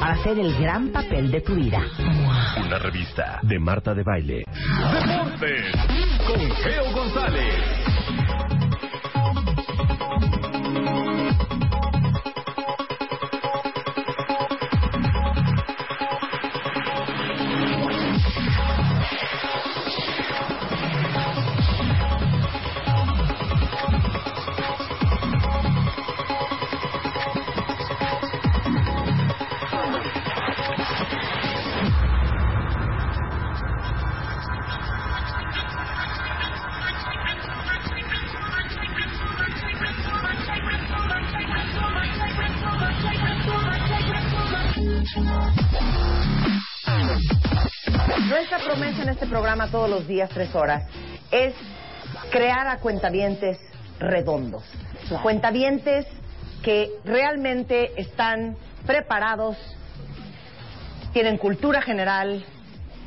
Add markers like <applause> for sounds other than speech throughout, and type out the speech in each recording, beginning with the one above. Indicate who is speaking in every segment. Speaker 1: para hacer el gran papel de tu vida.
Speaker 2: Una revista de Marta de Baile.
Speaker 3: Deportes con Geo González.
Speaker 1: Nuestra promesa en este programa todos los días, tres horas, es crear a cuentavientes redondos. Cuentavientes que realmente están preparados, tienen cultura general,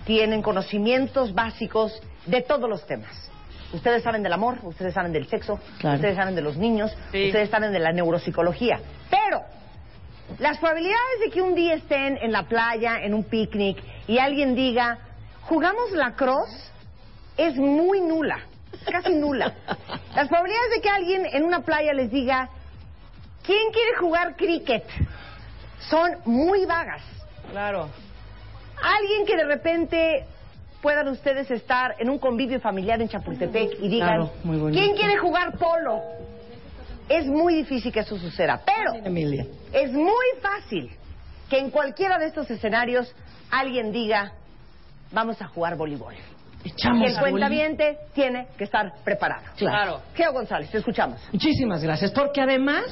Speaker 1: tienen conocimientos básicos de todos los temas. Ustedes saben del amor, ustedes saben del sexo,
Speaker 4: Claro.
Speaker 1: ustedes saben de los niños,
Speaker 4: Sí.
Speaker 1: ustedes saben de la neuropsicología. Pero las probabilidades de que un día estén en la playa, en un picnic, y alguien diga, jugamos lacrosse, es muy nula, casi
Speaker 4: <laughs>
Speaker 1: nula. Las probabilidades de que alguien en una playa les diga, ¿quién quiere jugar cricket? Son muy vagas.
Speaker 4: Claro.
Speaker 1: Alguien que de repente puedan ustedes estar en un convivio familiar en Chapultepec y digan,
Speaker 4: Claro, muy bonito.
Speaker 1: ¿quién quiere jugar polo? Es muy difícil que eso suceda, pero...
Speaker 4: Emilia.
Speaker 1: Es muy fácil que en cualquiera de estos escenarios alguien diga, vamos a jugar voleibol. Y el
Speaker 4: a Bolivia.
Speaker 1: cuentaviente tiene que estar preparado.
Speaker 4: Claro.
Speaker 1: Geo González, te escuchamos.
Speaker 4: Muchísimas gracias, porque además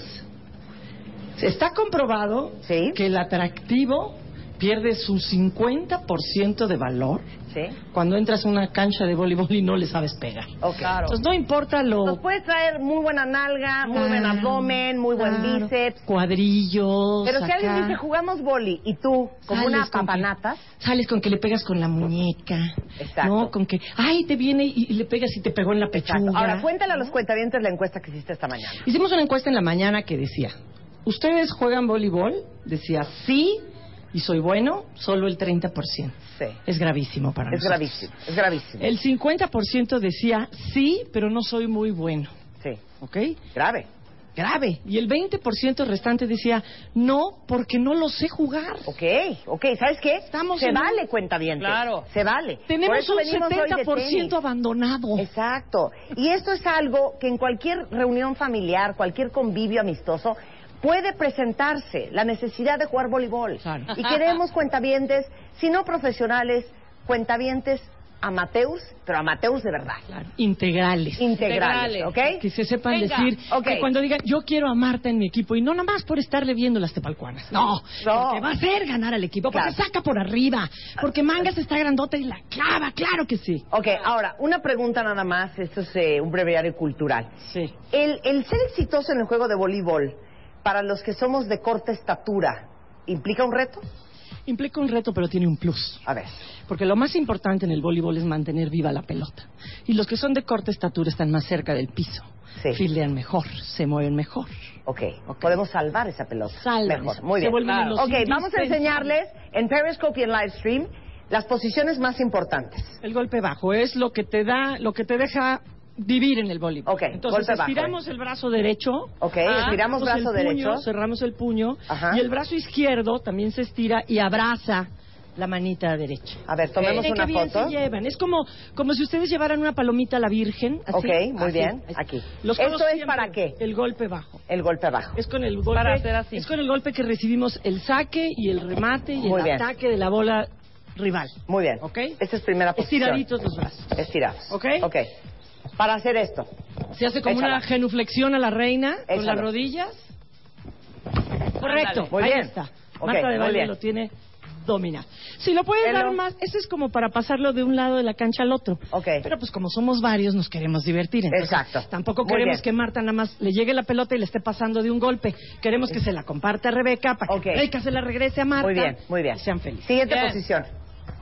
Speaker 4: está comprobado
Speaker 1: Sí.
Speaker 4: que el atractivo pierde su 50% de valor
Speaker 1: ¿Sí?
Speaker 4: cuando entras a una cancha de voleibol y no le sabes pegar.
Speaker 1: Ok. Claro.
Speaker 4: Entonces no importa
Speaker 1: Nos
Speaker 4: lo...
Speaker 1: puede traer muy buena nalga, muy buen
Speaker 4: Claro,
Speaker 1: abdomen, muy buen
Speaker 4: claro,
Speaker 1: bíceps.
Speaker 4: Cuadrillos.
Speaker 1: Pero si
Speaker 4: acá.
Speaker 1: alguien dice jugamos boli y tú, como
Speaker 4: Sales
Speaker 1: una
Speaker 4: con que-
Speaker 1: papanatas,
Speaker 4: sales con que le pegas con la muñeca.
Speaker 1: Exacto.
Speaker 4: No, con que, ay, te viene y, y le pegas y te pegó en la pechuga.
Speaker 1: Exacto. Ahora, cuéntale a los cuentavientes la encuesta que hiciste esta mañana.
Speaker 4: Hicimos una encuesta en la mañana que decía, ¿ustedes juegan voleibol? Decía, sí, y soy bueno, solo el 30%.
Speaker 1: Sí.
Speaker 4: Es gravísimo para
Speaker 1: Es
Speaker 4: nosotros.
Speaker 1: gravísimo, es gravísimo.
Speaker 4: El 50% decía, sí, pero no soy muy bueno,
Speaker 1: Sí,
Speaker 4: ¿ok?
Speaker 1: grave.
Speaker 4: Grave. Y el 20% restante decía, no, porque no lo sé jugar.
Speaker 1: Ok, ok, ¿sabes qué?
Speaker 4: Estamos
Speaker 1: se
Speaker 4: en un-
Speaker 1: vale cuenta bien.
Speaker 4: Claro.
Speaker 1: Se vale. Por
Speaker 4: Tenemos
Speaker 1: eso
Speaker 4: un
Speaker 1: venimos hoy de
Speaker 4: 70%
Speaker 1: tenis.
Speaker 4: abandonado.
Speaker 1: Exacto. Y esto es algo que en cualquier reunión familiar, cualquier convivio amistoso, puede presentarse la necesidad de jugar voleibol.
Speaker 4: Claro.
Speaker 1: Y queremos cuentavientes, si no profesionales, cuentavientes amateurs, pero amateurs de verdad.
Speaker 4: Claro. Integrales.
Speaker 1: Integrales, ¿ok?
Speaker 4: que se sepan
Speaker 5: Venga.
Speaker 4: decir
Speaker 1: Ok.
Speaker 4: que cuando digan yo quiero a Marta en mi equipo y no nada más por estarle viendo las tepalcuanas no,
Speaker 1: No.
Speaker 4: porque va a hacer ganar al equipo porque
Speaker 1: Claro.
Speaker 4: saca por arriba porque Mangas está grandota y la clava claro que sí
Speaker 1: Ok, ahora, una pregunta nada más. Esto es eh, un breviario cultural.
Speaker 4: sí
Speaker 1: El, el ser exitoso en el juego de voleibol, para los que somos de corta estatura, ¿implica un reto?
Speaker 4: implica un reto pero tiene un plus
Speaker 1: A ver.
Speaker 4: porque lo más importante en el voleibol es mantener viva la pelota y los que son de corta estatura están más cerca del piso
Speaker 1: Sí.
Speaker 4: filean mejor se mueven mejor
Speaker 1: Ok, podemos salvar esa pelota.
Speaker 4: Salvan
Speaker 1: Mejor,
Speaker 4: esa-
Speaker 1: muy
Speaker 4: se
Speaker 1: bien.
Speaker 4: vuelven Claro. los
Speaker 1: Ok, vamos a
Speaker 4: indispensables.
Speaker 1: enseñarles en Periscope y en Livestream las posiciones más importantes.
Speaker 4: el golpe bajo es lo que te da lo que te deja vivir en el voleibol.
Speaker 1: Ok,
Speaker 4: Entonces
Speaker 1: golpe bajo.
Speaker 4: estiramos el brazo derecho.
Speaker 1: Ok,
Speaker 4: ah,
Speaker 1: estiramos
Speaker 4: pues el
Speaker 1: brazo
Speaker 4: puño,
Speaker 1: derecho.
Speaker 4: Cerramos el puño.
Speaker 1: Ajá.
Speaker 4: Y el brazo izquierdo también se estira y abraza la manita derecha.
Speaker 1: A ver, tomemos
Speaker 4: Miren
Speaker 1: una
Speaker 4: qué bien
Speaker 1: foto.
Speaker 4: se llevan. Es como, como si ustedes llevaran una palomita a la Virgen. así.
Speaker 1: Ok, muy
Speaker 4: Así,
Speaker 1: bien,
Speaker 4: así.
Speaker 1: aquí.
Speaker 4: Los
Speaker 1: ¿Esto
Speaker 4: codos
Speaker 1: es
Speaker 4: siempre,
Speaker 1: para qué?
Speaker 4: El golpe bajo.
Speaker 1: El golpe bajo.
Speaker 4: Es con el golpe, es con el golpe que recibimos el saque y el remate y
Speaker 1: Muy
Speaker 4: el
Speaker 1: bien.
Speaker 4: ataque de la bola rival.
Speaker 1: Muy bien.
Speaker 4: Ok.
Speaker 1: Esta es primera posición.
Speaker 4: Estiraditos los brazos.
Speaker 1: Estirados.
Speaker 4: Ok.
Speaker 1: Ok. Para hacer esto.
Speaker 4: Se hace como
Speaker 1: Échala.
Speaker 4: una genuflexión a la reina con
Speaker 1: Échala.
Speaker 4: las rodillas. Correcto.
Speaker 1: Muy
Speaker 4: ahí
Speaker 1: bien.
Speaker 4: está.
Speaker 1: Ok,
Speaker 4: Marta de
Speaker 1: muy
Speaker 4: baile
Speaker 1: bien.
Speaker 4: lo tiene dominado. Si lo puedes
Speaker 1: Pero-
Speaker 4: dar más, eso es como para pasarlo de un lado de la cancha al otro.
Speaker 1: Ok.
Speaker 4: Pero pues como somos varios nos queremos divertir. entonces
Speaker 1: Exacto.
Speaker 4: Tampoco
Speaker 1: Muy
Speaker 4: queremos
Speaker 1: bien.
Speaker 4: que Marta nada más le llegue la pelota y le esté pasando de un golpe. Queremos que se la comparte a Rebeca para que
Speaker 1: Ok.
Speaker 4: Rebeca se la regrese a Marta.
Speaker 1: Muy bien, muy bien.
Speaker 4: y sean felices.
Speaker 1: Siguiente
Speaker 4: Bien.
Speaker 1: posición.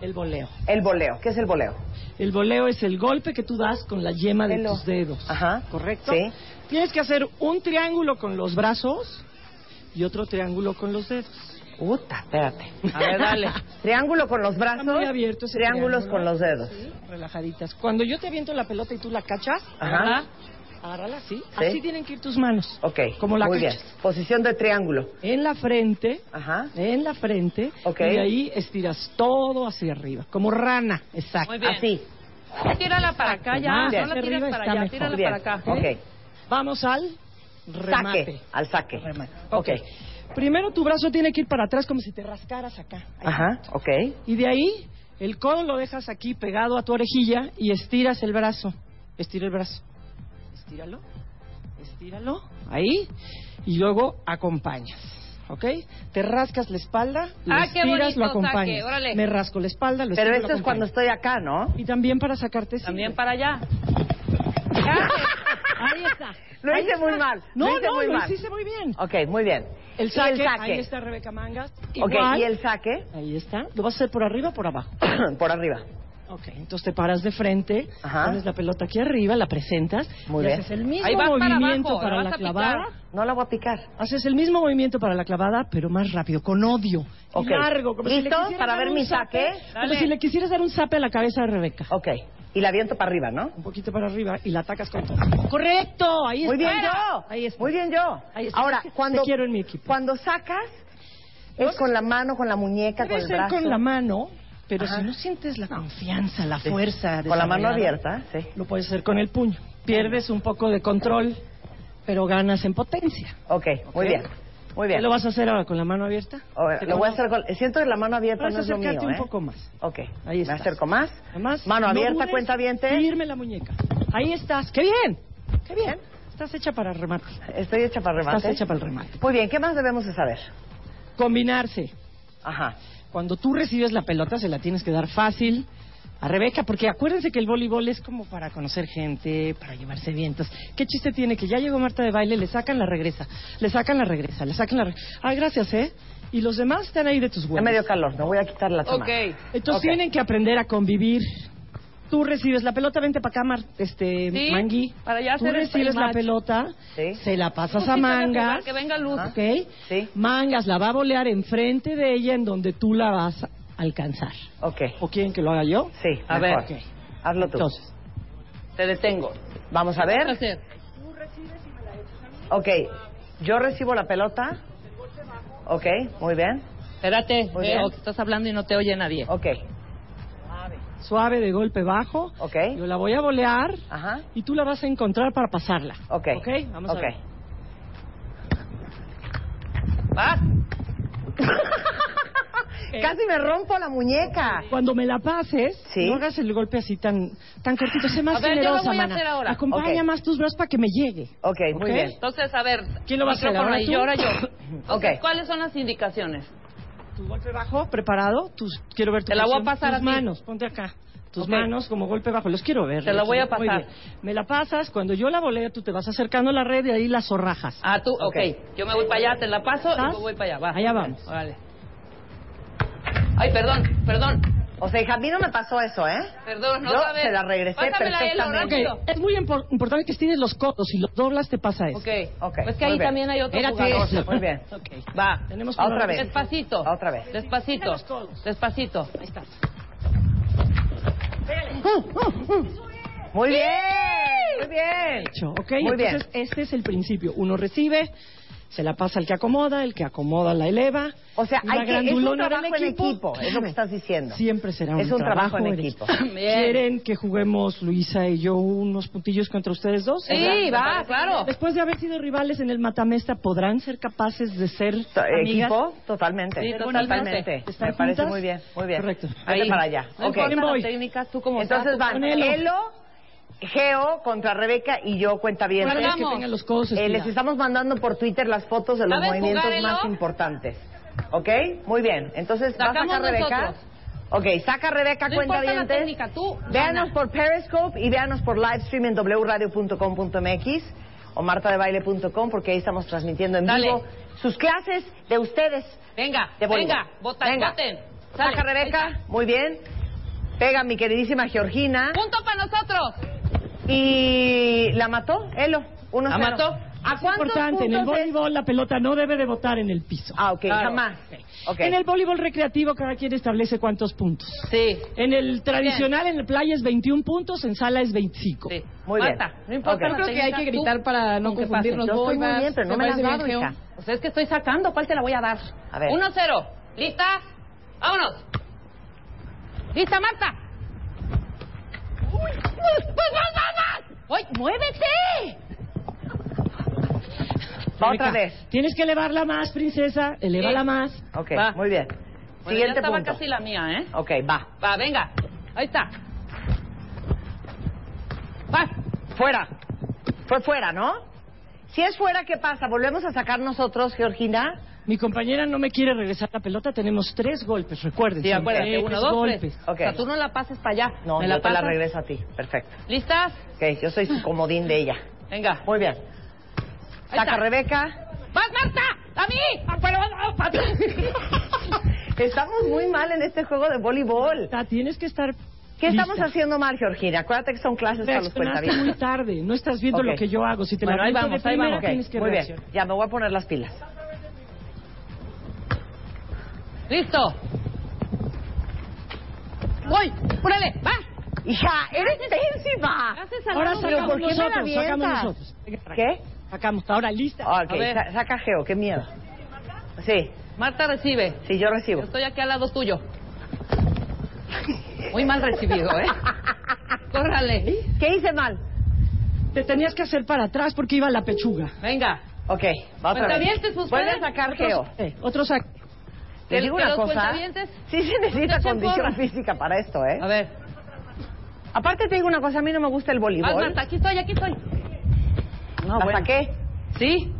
Speaker 4: El voleo.
Speaker 1: El voleo. ¿Qué es el voleo?
Speaker 4: El voleo es el golpe que tú das con la yema de
Speaker 1: El o-
Speaker 4: tus dedos.
Speaker 1: Ajá.
Speaker 4: ¿Correcto?
Speaker 1: Sí.
Speaker 4: Tienes que hacer un triángulo con los brazos y otro triángulo con los dedos.
Speaker 1: Puta, espérate.
Speaker 4: A ver, <laughs> dale.
Speaker 1: Triángulo con los brazos.
Speaker 4: Está muy abierto ese
Speaker 1: triángulos
Speaker 4: triángulo.
Speaker 1: con los dedos.
Speaker 4: Sí, relajaditas. Cuando yo te aviento la pelota y tú la cachas,
Speaker 1: Ajá.
Speaker 4: agárrala, agárrala, sí.
Speaker 1: Sí.
Speaker 4: Así tienen que ir tus manos.
Speaker 1: Ok.
Speaker 4: Como la
Speaker 1: Muy bien.
Speaker 4: cachas.
Speaker 1: Posición de triángulo.
Speaker 4: En la frente,
Speaker 1: Ajá.
Speaker 4: en la frente,
Speaker 1: Ok.
Speaker 4: y de ahí estiras todo hacia arriba, como rana. Exacto.
Speaker 5: Muy bien.
Speaker 1: Así.
Speaker 5: Tírala para acá ya,
Speaker 4: Más
Speaker 5: no
Speaker 4: hacia
Speaker 5: la tires
Speaker 4: arriba
Speaker 5: para
Speaker 4: está
Speaker 5: allá,
Speaker 4: mejor.
Speaker 5: tírala
Speaker 1: Muy bien.
Speaker 5: para acá.
Speaker 1: Ok.
Speaker 4: Vamos al remate.
Speaker 1: Saque. Al saque.
Speaker 4: Remate.
Speaker 1: Ok.
Speaker 4: ok. Primero tu brazo tiene que ir para atrás como si te rascaras acá. Ahí.
Speaker 1: Ajá. Ok.
Speaker 4: Y de ahí el codo lo dejas aquí pegado a tu orejilla y estiras el brazo. Estira el brazo. Estíralo. Estíralo. Ahí. Y luego acompañas. ¿Ok? Te rascas la espalda, lo
Speaker 5: Ah, qué
Speaker 4: estiras,
Speaker 5: bonito
Speaker 4: lo acompañas.
Speaker 5: saque, órale.
Speaker 4: Me rasco la espalda, lo
Speaker 1: Pero
Speaker 4: estiro,
Speaker 1: esto
Speaker 4: lo
Speaker 1: es cuando
Speaker 4: acompaño.
Speaker 1: estoy acá, ¿no? <clears throat>
Speaker 4: Y también para sacarte sirve.
Speaker 5: También para allá.
Speaker 4: <laughs> Ahí está.
Speaker 1: Lo
Speaker 4: Ahí
Speaker 1: hice
Speaker 4: está.
Speaker 1: muy mal, lo
Speaker 4: No,
Speaker 1: hice
Speaker 4: no,
Speaker 1: muy
Speaker 4: lo
Speaker 1: mal.
Speaker 4: hiciste muy bien.
Speaker 1: Ok, muy bien.
Speaker 4: El
Speaker 1: Y
Speaker 4: saque,
Speaker 1: el saque.
Speaker 4: ahí está Rebeca Mangas.
Speaker 1: Ok,
Speaker 4: Igual.
Speaker 1: y el saque
Speaker 4: Ahí está. ¿Lo vas a hacer por arriba o por abajo?
Speaker 1: por arriba.
Speaker 4: Ok, entonces te paras de frente,
Speaker 1: Ajá.
Speaker 4: pones la pelota aquí arriba, la presentas,
Speaker 1: Muy
Speaker 4: y
Speaker 1: bien.
Speaker 4: haces el mismo
Speaker 5: Ahí vas para
Speaker 4: movimiento
Speaker 5: abajo,
Speaker 4: para
Speaker 5: lo
Speaker 4: la
Speaker 5: vas a picar.
Speaker 4: clavada.
Speaker 1: No la voy a picar.
Speaker 4: Haces el mismo movimiento para la clavada, pero más rápido, con odio. y
Speaker 1: Ok.
Speaker 4: largo, como si le
Speaker 1: ¿Listo?
Speaker 4: quisieras
Speaker 1: ¿Para
Speaker 4: dar
Speaker 1: ver
Speaker 4: un
Speaker 1: mi
Speaker 4: zape,
Speaker 1: saque?
Speaker 4: Como
Speaker 5: Dale.
Speaker 4: si le quisieras dar un zape a la cabeza de Rebeca.
Speaker 1: Ok. Y la viento para arriba, ¿no?
Speaker 4: Un poquito para arriba y la atacas con todo. ¡Correcto! Ahí
Speaker 1: Muy
Speaker 4: está.
Speaker 1: bien yo.
Speaker 4: Ahí está.
Speaker 1: Muy bien yo.
Speaker 4: Ahí está.
Speaker 1: Ahora,
Speaker 4: Te
Speaker 1: cuando
Speaker 4: quiero en mi equipo.
Speaker 1: Cuando sacas es con la mano, con la muñeca, con
Speaker 4: Debe
Speaker 1: el
Speaker 4: ser
Speaker 1: brazo.
Speaker 4: con la mano, pero
Speaker 1: Ajá.
Speaker 4: si no sientes la confianza, la fuerza...
Speaker 1: Con la mano
Speaker 4: desarrollada,
Speaker 1: abierta, sí.
Speaker 4: Lo puedes hacer con el puño. Pierdes un poco de control, pero ganas en potencia.
Speaker 1: Ok, muy
Speaker 4: Ok.
Speaker 1: bien. Muy bien.
Speaker 4: ¿Qué lo vas a hacer ahora con la mano abierta?
Speaker 1: Ahora,
Speaker 4: ¿Te
Speaker 1: lo voy a
Speaker 4: conoces?
Speaker 1: hacer con... Siento que la mano abierta
Speaker 4: Puedes
Speaker 1: no es lo mío,
Speaker 4: acercarte un
Speaker 1: ¿eh?
Speaker 4: poco más.
Speaker 1: Ok,
Speaker 4: Ahí
Speaker 1: me
Speaker 4: estás.
Speaker 1: acerco más.
Speaker 4: Además,
Speaker 1: mano
Speaker 4: no
Speaker 1: abierta,
Speaker 4: dudes
Speaker 1: cuenta
Speaker 4: en
Speaker 1: viente.
Speaker 4: Firme la muñeca. Ahí estás. ¡Qué bien! ¡Qué bien! Estás hecha para remate.
Speaker 1: Estoy hecha para remate.
Speaker 4: Estás hecha para el remate.
Speaker 1: Muy bien, ¿qué más debemos de saber?
Speaker 4: Combinarse.
Speaker 1: Ajá.
Speaker 4: Cuando tú recibes la pelota, se la tienes que dar fácil a Rebeca, porque acuérdense que el voleibol es como para conocer gente, para llevarse vientos. ¿Qué chiste tiene que ya llegó Marta de baile, le sacan la regresa, le sacan la regresa, le sacan la regresa? Ay, gracias, ¿eh? Y los demás están ahí de tus
Speaker 1: Ya
Speaker 4: huevos.
Speaker 1: me dio calor, me voy a quitar la toma.
Speaker 5: Ok.
Speaker 4: Entonces
Speaker 1: Ok.
Speaker 4: tienen que aprender a convivir. Tú recibes la pelota, vente para acá, Mar- este,
Speaker 5: Sí,
Speaker 4: Mangui.
Speaker 5: para ya
Speaker 4: Tú
Speaker 5: hacer el-
Speaker 4: recibes
Speaker 5: el
Speaker 4: la
Speaker 5: match.
Speaker 4: pelota,
Speaker 1: Sí.
Speaker 4: se la pasas
Speaker 5: Tú
Speaker 4: a
Speaker 5: sí sabes jugar,
Speaker 4: Mangas.
Speaker 5: que venga luz.
Speaker 4: ¿ok?
Speaker 1: Sí.
Speaker 4: Mangas la va a volear enfrente de ella en donde tú la vas a alcanzar.
Speaker 1: Ok.
Speaker 4: ¿O quieren que lo haga yo?
Speaker 1: Sí,
Speaker 5: A
Speaker 1: mejor.
Speaker 5: ver,
Speaker 4: ok.
Speaker 1: Hazlo tú.
Speaker 4: Entonces,
Speaker 5: Te detengo. Pues
Speaker 1: Vamos a
Speaker 5: ¿Qué
Speaker 1: ver.
Speaker 5: hacer?
Speaker 1: Ok, yo recibo la pelota. Ok, muy bien.
Speaker 5: Espérate,
Speaker 1: Muy
Speaker 5: veo
Speaker 1: bien.
Speaker 5: que estás hablando y no te oye nadie.
Speaker 1: Ok,
Speaker 4: suave de golpe bajo.
Speaker 1: ok.
Speaker 4: Yo la voy a volear
Speaker 1: Ajá,
Speaker 4: y tú la vas a encontrar para pasarla.
Speaker 1: ok.
Speaker 4: Ok, vamos
Speaker 1: Ok.
Speaker 4: a ver. <laughs>
Speaker 1: Ah.
Speaker 5: Vas.
Speaker 1: Casi me rompo la muñeca.
Speaker 4: Cuando me la pases,
Speaker 1: Sí.
Speaker 4: no hagas el golpe así tan, tan cortito. Sé más
Speaker 5: A ver, yo lo
Speaker 4: generosa,
Speaker 5: voy a
Speaker 4: mana.
Speaker 5: hacer ahora.
Speaker 4: Acompaña
Speaker 1: Ok.
Speaker 4: más tus brazos para que me llegue.
Speaker 1: Ok, muy
Speaker 4: Ok.
Speaker 1: bien.
Speaker 5: Entonces, a ver.
Speaker 4: ¿Quién lo va a hacer,
Speaker 5: micrófono
Speaker 4: ahora
Speaker 5: ahí,
Speaker 4: tú?
Speaker 5: yo, ahora yo.
Speaker 4: <clears throat>
Speaker 5: Entonces,
Speaker 1: Ok.
Speaker 5: ¿cuáles son las indicaciones?
Speaker 4: Tu golpe bajo, preparado. Tus, quiero ver tu
Speaker 5: Te la voy a
Speaker 4: posición.
Speaker 5: pasar
Speaker 4: tus
Speaker 5: a ti.
Speaker 4: manos. Ponte acá. Tus
Speaker 5: Ok.
Speaker 4: manos como golpe bajo. Los quiero ver.
Speaker 5: Te la voy a
Speaker 4: Muy
Speaker 5: pasar.
Speaker 4: bien. Me la pasas. Cuando yo la volea, tú te vas acercando a la red y ahí las zorrajas.
Speaker 5: Ah, tú, ok.
Speaker 1: Ok.
Speaker 5: Yo me voy para allá, te la paso y
Speaker 4: ¿Estás?
Speaker 5: me voy para allá. Va.
Speaker 4: Allá vamos.
Speaker 5: Órale. Ay, perdón, perdón,
Speaker 1: O sea, hija, a mí no me pasó eso, ¿eh?
Speaker 5: pelo, no
Speaker 1: Yo
Speaker 5: sabes.
Speaker 1: se la regresé
Speaker 5: Pásamela a él,
Speaker 4: Ok,
Speaker 1: perfectamente.
Speaker 5: rápido.
Speaker 4: es muy impor- importante que estires los codos. Si los doblas, te pasa eso.
Speaker 5: ok.
Speaker 1: Ok,
Speaker 5: Pues que
Speaker 1: muy
Speaker 5: ahí
Speaker 1: bien.
Speaker 5: también hay otro
Speaker 4: Espérate.
Speaker 5: jugador.
Speaker 4: Eso.
Speaker 1: Muy bien.
Speaker 4: Ok.
Speaker 5: Va.
Speaker 4: Tenemos que
Speaker 1: Otra vez.
Speaker 5: Despacito.
Speaker 1: Otra vez.
Speaker 5: Despacito. Despacito.
Speaker 4: Ahí estás.
Speaker 1: Muy bien. Muy bien.
Speaker 4: hecho, ¿ok?
Speaker 1: Muy bien.
Speaker 4: Entonces, este es el principio. Uno recibe, se la pasa al que acomoda, el que acomoda la eleva.
Speaker 1: O sea,
Speaker 4: la
Speaker 1: hay que, es un
Speaker 4: grandulona del
Speaker 1: trabajo en equipo, es lo que estás diciendo.
Speaker 4: Siempre será un,
Speaker 1: Es un trabajo en
Speaker 4: <laughs>
Speaker 1: equipo.
Speaker 4: equipo. ¿Quieren que juguemos Luisa y yo unos puntillos contra ustedes dos?
Speaker 5: Sí, va, claro.
Speaker 4: Después de haber sido rivales en el Matamesta, ¿podrán ser capaces de ser
Speaker 1: To-
Speaker 4: amigas?
Speaker 1: eh, Equipo, totalmente.
Speaker 5: Sí,
Speaker 1: totalmente.
Speaker 5: totalmente.
Speaker 1: Me
Speaker 4: ¿Están
Speaker 1: parece
Speaker 4: juntas?
Speaker 1: muy bien, muy bien.
Speaker 4: Correcto.
Speaker 1: Ahí para allá.
Speaker 5: No
Speaker 1: ok.
Speaker 5: importa
Speaker 4: voy?
Speaker 5: la técnica, tú como
Speaker 1: Entonces
Speaker 5: estás,
Speaker 1: van
Speaker 4: con Elo.
Speaker 1: Elo, Geo contra Rebeca y yo cuenta bien.
Speaker 4: Una vez que
Speaker 5: Vamos.
Speaker 4: tengan los codos
Speaker 1: Eh, les
Speaker 4: estirados.
Speaker 1: estamos mandando por Twitter las fotos de los
Speaker 5: ¿Sabes
Speaker 1: movimientos
Speaker 5: jugar, Elo?
Speaker 1: más importantes. ¿Ok? Muy bien. Entonces, ¿va a
Speaker 5: Sacamos
Speaker 1: sacar Rebeca?
Speaker 5: nosotros.
Speaker 1: Ok, saca Rebeca
Speaker 5: No
Speaker 1: cuenta
Speaker 5: importa la
Speaker 1: bien.
Speaker 5: técnica, tú
Speaker 1: Véanos
Speaker 5: gana.
Speaker 1: por Periscope y véanos por livestream en wradio.com.mx o martadebaile.com porque ahí estamos transmitiendo en
Speaker 5: Dale.
Speaker 1: vivo sus clases de ustedes.
Speaker 5: Venga,
Speaker 1: de voleibol.
Speaker 5: venga, vota,
Speaker 1: Venga.
Speaker 5: voten.
Speaker 1: Saca
Speaker 5: Sale, ahí
Speaker 1: Rebeca,
Speaker 5: está.
Speaker 1: muy bien. Pega mi queridísima Georgina.
Speaker 5: Punto para nosotros.
Speaker 1: Y la mató, Elo. uno
Speaker 5: La
Speaker 1: cero.
Speaker 5: mató.
Speaker 1: ¿A
Speaker 4: Es
Speaker 1: cuántos
Speaker 4: importante, en el
Speaker 1: puntos es?
Speaker 4: voleibol la pelota no debe de botar en el piso.
Speaker 1: Ah, ok,
Speaker 5: Claro.
Speaker 1: jamás. Ok.
Speaker 4: En el voleibol recreativo cada quien establece cuántos puntos.
Speaker 5: Sí.
Speaker 4: En el tradicional, en la playa es 21 puntos, en sala es 25.
Speaker 5: sí.
Speaker 1: Muy bien.
Speaker 5: Marta, no importa.
Speaker 1: Ok.
Speaker 5: la
Speaker 1: Yo
Speaker 6: creo que hay
Speaker 5: técnica,
Speaker 6: que
Speaker 5: tú,
Speaker 6: gritar para no
Speaker 5: con que
Speaker 6: confundirnos.
Speaker 1: Yo
Speaker 6: Voy,
Speaker 1: estoy muy
Speaker 6: vas,
Speaker 1: bien, pero no
Speaker 6: ¿te
Speaker 1: me las
Speaker 6: parece
Speaker 1: dado,
Speaker 6: bien,
Speaker 1: hija.
Speaker 6: Geo?
Speaker 5: Pues es que estoy sacando, ¿cuál te la voy a dar?
Speaker 1: A ver.
Speaker 5: 1-0. ¿Lista? Vámonos. ¿Lista, Marta? ¡Uy! ¡Pues vas, vas, vas! ¡Uy, muévete!
Speaker 1: Va
Speaker 4: Rebeca,
Speaker 1: otra vez.
Speaker 4: Tienes que elevarla más, princesa. Elevala
Speaker 5: Sí.
Speaker 4: más.
Speaker 1: Ok,
Speaker 5: Va.
Speaker 1: muy bien.
Speaker 5: Bueno, ya
Speaker 1: Siguiente
Speaker 5: estaba
Speaker 1: punto.
Speaker 5: casi la mía, ¿eh?
Speaker 1: Ok, va.
Speaker 5: Va, venga. Ahí está. Va.
Speaker 1: Fuera. Fue fuera, ¿no? Si es fuera, ¿qué pasa? ¿Volvemos a sacar nosotros, Georgina?
Speaker 4: Mi compañera no me quiere regresar la pelota. Tenemos tres golpes, recuerden.
Speaker 5: Sí, acuérdate.
Speaker 4: Tres
Speaker 5: Eh, Uno, dos,
Speaker 4: golpes.
Speaker 5: tres.
Speaker 1: Ok.
Speaker 5: O sea, tú no la pases para allá.
Speaker 1: No,
Speaker 5: ¿Me
Speaker 1: yo
Speaker 5: la
Speaker 1: te la
Speaker 5: pasas?
Speaker 1: regreso a ti. Perfecto.
Speaker 5: ¿Listas?
Speaker 1: Ok, yo soy
Speaker 4: <laughs>
Speaker 1: su comodín de ella.
Speaker 5: Venga.
Speaker 1: Muy bien.
Speaker 5: Ahí
Speaker 1: Saca
Speaker 5: está.
Speaker 1: Rebeca.
Speaker 5: ¡Vas, Marta! ¡A mí! ¡Ah, pero vas- ah, pa-
Speaker 1: Estamos muy mal en este juego de voleibol.
Speaker 4: Ta, Ah, Tienes que estar.
Speaker 1: ¿Qué
Speaker 4: lista.
Speaker 1: estamos haciendo mal, Georgina? Acuérdate que son clases para los
Speaker 4: Reaccionaste muy
Speaker 1: cuentavientes.
Speaker 4: tarde. No estás viendo
Speaker 1: Ok.
Speaker 4: lo que yo hago. Si te
Speaker 1: Bueno,
Speaker 4: la
Speaker 1: ahí
Speaker 4: meto de
Speaker 1: vamos, ahí
Speaker 4: primera,
Speaker 1: vamos.
Speaker 4: tienes que
Speaker 1: Muy bien,
Speaker 4: reaccionar.
Speaker 1: ya me voy a poner las pilas.
Speaker 5: <laughs> ¡Listo! ¡Voy! ¡Púrale! ¡Va!
Speaker 1: ¡Hija, eres intensiva!
Speaker 5: Haces al
Speaker 4: Ahora
Speaker 5: lado,
Speaker 1: pero ¿por
Speaker 4: sacamos
Speaker 1: qué me la
Speaker 4: nosotros. Sacamos
Speaker 1: avientas? Ah.
Speaker 4: nosotros. Venga, para acá.
Speaker 1: ¿Qué?
Speaker 4: Sacamos. Ahora lista.
Speaker 1: Ok,
Speaker 5: A ver.
Speaker 1: sa- saca Geo, qué miedo. Sí,
Speaker 5: Marta recibe.
Speaker 1: sí, yo
Speaker 5: Yo
Speaker 1: recibo.
Speaker 5: estoy aquí al lado tuyo. Muy mal recibido,
Speaker 1: <laughs>
Speaker 5: ¿eh? ¡Córrale!
Speaker 1: ¿Qué hice mal?
Speaker 4: Te tenías que hacer para atrás porque iba la pechuga.
Speaker 5: Venga.
Speaker 1: Ok, va otra vez.
Speaker 5: Cuentavientes, pues,
Speaker 1: Vuelve a
Speaker 5: pueden.
Speaker 1: sacar
Speaker 5: Otros-
Speaker 1: Geo.
Speaker 4: Eh, otro saque.
Speaker 1: Te
Speaker 5: que-
Speaker 1: digo
Speaker 5: que
Speaker 1: una
Speaker 5: los
Speaker 1: cosa.
Speaker 5: cuentavientes
Speaker 1: Sí se necesita
Speaker 5: echen
Speaker 1: condición
Speaker 5: porras.
Speaker 1: física para esto, ¿eh?
Speaker 5: A ver.
Speaker 1: Aparte te digo una cosa, a mí no me gusta el
Speaker 5: Vas,
Speaker 1: voleibol.
Speaker 5: Marta, aquí estoy, aquí estoy.
Speaker 1: la saqué.
Speaker 5: ¿Sí?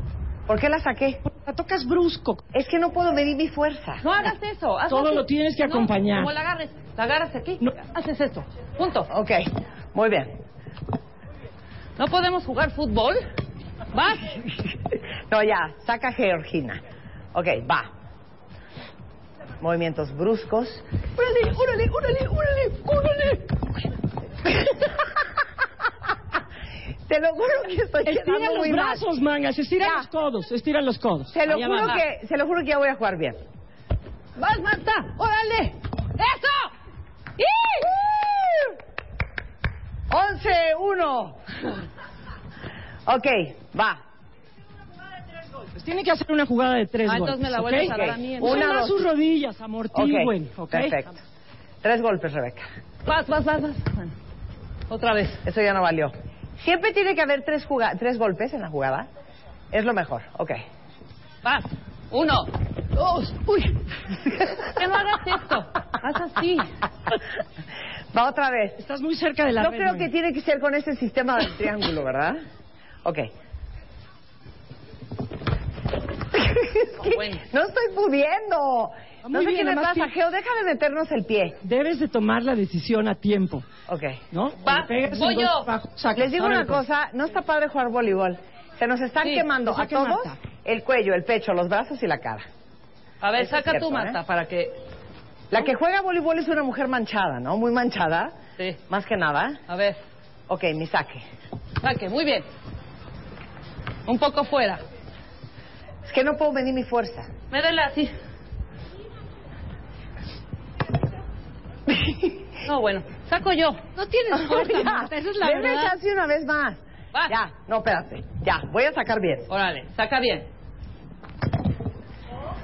Speaker 1: ¿Por qué la saqué?
Speaker 4: La tocas brusco.
Speaker 1: Es que no puedo medir mi fuerza.
Speaker 5: No hagas eso. hazlo
Speaker 4: Todo
Speaker 5: así.
Speaker 4: lo tienes que
Speaker 5: No,
Speaker 4: acompañar.
Speaker 5: Como la agarres, la agarras aquí,
Speaker 4: No.
Speaker 5: haces esto. Punto.
Speaker 1: Ok, muy bien. <laughs>
Speaker 5: ¿No podemos jugar fútbol? ¿Vas?
Speaker 1: No, ya, saca Georgina. Ok, va. Movimientos bruscos. ¡Órale, órale, órale, órale, órale! <laughs> Te lo juro que estoy
Speaker 4: Estira
Speaker 1: quedando
Speaker 4: los
Speaker 1: muy mal.
Speaker 4: brazos, mangas. Estira
Speaker 1: Ya.
Speaker 4: los codos. Estira los codos.
Speaker 1: Se lo
Speaker 4: Allá
Speaker 1: juro
Speaker 4: va.
Speaker 1: que, se lo juro que ya voy a jugar bien.
Speaker 5: ¡Vas, Marta! ¡Órale! ¡Eso! ¡Y!
Speaker 1: 11-1. Ok, va.
Speaker 4: Pues Tiene que hacer una jugada de tres
Speaker 5: Ah,
Speaker 4: golpes.
Speaker 5: entonces me la
Speaker 4: ¿ok?
Speaker 5: vuelves a
Speaker 1: Ok.
Speaker 5: dar a mí.
Speaker 4: Usen
Speaker 1: Una,
Speaker 4: más
Speaker 1: dos.
Speaker 4: sus rodillas, amortigüen.
Speaker 1: Ok,
Speaker 4: ¿ok?
Speaker 1: perfecto. Tres golpes, Rebeca.
Speaker 5: Vas, vas, vas, vas. Bueno, Otra vez.
Speaker 1: Eso ya no valió. Siempre tiene que haber tres, juga- tres golpes en la jugada. Es lo mejor. Ok.
Speaker 5: Vas. Uno, dos. ¡Uy! <laughs> Que no hagas esto. Haz así.
Speaker 1: <laughs> Va otra vez.
Speaker 4: Estás muy cerca de la
Speaker 1: Yo
Speaker 4: red,
Speaker 1: creo
Speaker 4: Manga.
Speaker 1: que tiene que ser con ese sistema del triángulo, ¿verdad? Ok. Es que
Speaker 5: Bueno.
Speaker 1: no estoy pudiendo.
Speaker 4: Ah, muy
Speaker 1: No sé
Speaker 4: bien,
Speaker 1: qué me
Speaker 4: además
Speaker 1: pasa,
Speaker 4: que-
Speaker 1: Geo. Deja de meternos el pie.
Speaker 4: Debes de tomar la decisión a tiempo,
Speaker 1: Ok.
Speaker 4: ¿no?
Speaker 5: Va,
Speaker 4: Le pegas
Speaker 5: voy
Speaker 4: un golpe
Speaker 5: yo.
Speaker 4: bajo, sacas.
Speaker 1: Les digo
Speaker 4: Ahora
Speaker 1: una
Speaker 4: entonces.
Speaker 1: cosa. No está padre jugar voleibol. Se nos están
Speaker 5: Sí,
Speaker 1: quemando
Speaker 4: que
Speaker 1: a
Speaker 4: saque
Speaker 1: todos
Speaker 4: Marta.
Speaker 1: el cuello, el pecho, los brazos y la cara.
Speaker 5: A ver,
Speaker 1: Eso es
Speaker 5: saca
Speaker 1: cierto,
Speaker 5: tú, Marta,
Speaker 1: ¿eh?
Speaker 5: para que...
Speaker 1: La que juega voleibol es una mujer manchada, ¿no? Muy manchada.
Speaker 5: Sí.
Speaker 1: Más que nada.
Speaker 5: A ver.
Speaker 1: Ok, mi saque.
Speaker 5: Saque, muy bien. Un poco fuera.
Speaker 1: Es que no puedo medir mi fuerza.
Speaker 5: Médela así. No, bueno. Saco yo. No tienes
Speaker 1: Oiga,
Speaker 5: Marta, <laughs>
Speaker 1: denme chance una vez más.
Speaker 5: va.
Speaker 1: Ya, no, espérate. Ya, voy a sacar bien.
Speaker 5: Órale, saca bien.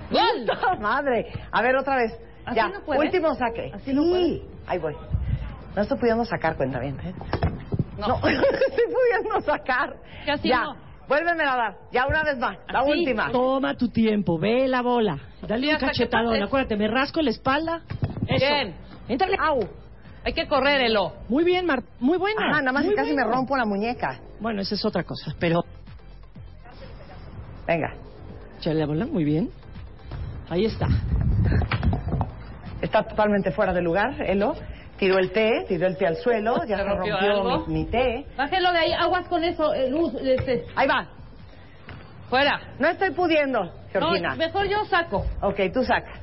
Speaker 5: ¡Gol!
Speaker 1: ¡Puta madre! A ver, otra vez.
Speaker 5: Así
Speaker 1: ya,
Speaker 5: no puedes.
Speaker 1: último saque.
Speaker 5: Así no
Speaker 1: Sí.
Speaker 5: puedes.
Speaker 1: Ahí voy. No estoy pudiendo sacar cuenta bien, ¿eh? <laughs>
Speaker 5: No.
Speaker 1: estoy pudiendo sacar.
Speaker 5: Que así
Speaker 1: ya.
Speaker 5: no.
Speaker 1: Vuélveme a dar. Ya, una vez más. La
Speaker 5: Así.
Speaker 1: última.
Speaker 4: Toma tu tiempo, ve la bola. Dale
Speaker 5: Sí,
Speaker 4: un
Speaker 5: hasta que
Speaker 4: cachetadón,
Speaker 5: pase.
Speaker 4: acuérdate, me rasco la espalda. Eso.
Speaker 5: Bien.
Speaker 4: Éntrale. Au.
Speaker 5: Hay que correr, Elo.
Speaker 4: Muy bien, Mar. Muy buena.
Speaker 1: Ajá, nada más
Speaker 4: Muy
Speaker 1: que casi
Speaker 4: buena.
Speaker 1: me rompo la muñeca.
Speaker 4: Bueno, esa es otra cosa, pero
Speaker 1: Venga.
Speaker 4: échale la bola, muy bien. Ahí está.
Speaker 1: Está totalmente fuera de lugar, Elo. Tiró el té, tiró el té al
Speaker 5: <laughs>
Speaker 1: suelo, ya
Speaker 5: ¿Se
Speaker 1: se
Speaker 5: rompió
Speaker 1: rompió,
Speaker 5: algo?
Speaker 1: mi, mi té.
Speaker 5: Bájelo de ahí, aguas con eso, eh, Luz. Este.
Speaker 1: Ahí va.
Speaker 5: Fuera.
Speaker 1: No estoy pudiendo, Georgina.
Speaker 5: No, mejor yo saco.
Speaker 1: Ok, tú sacas.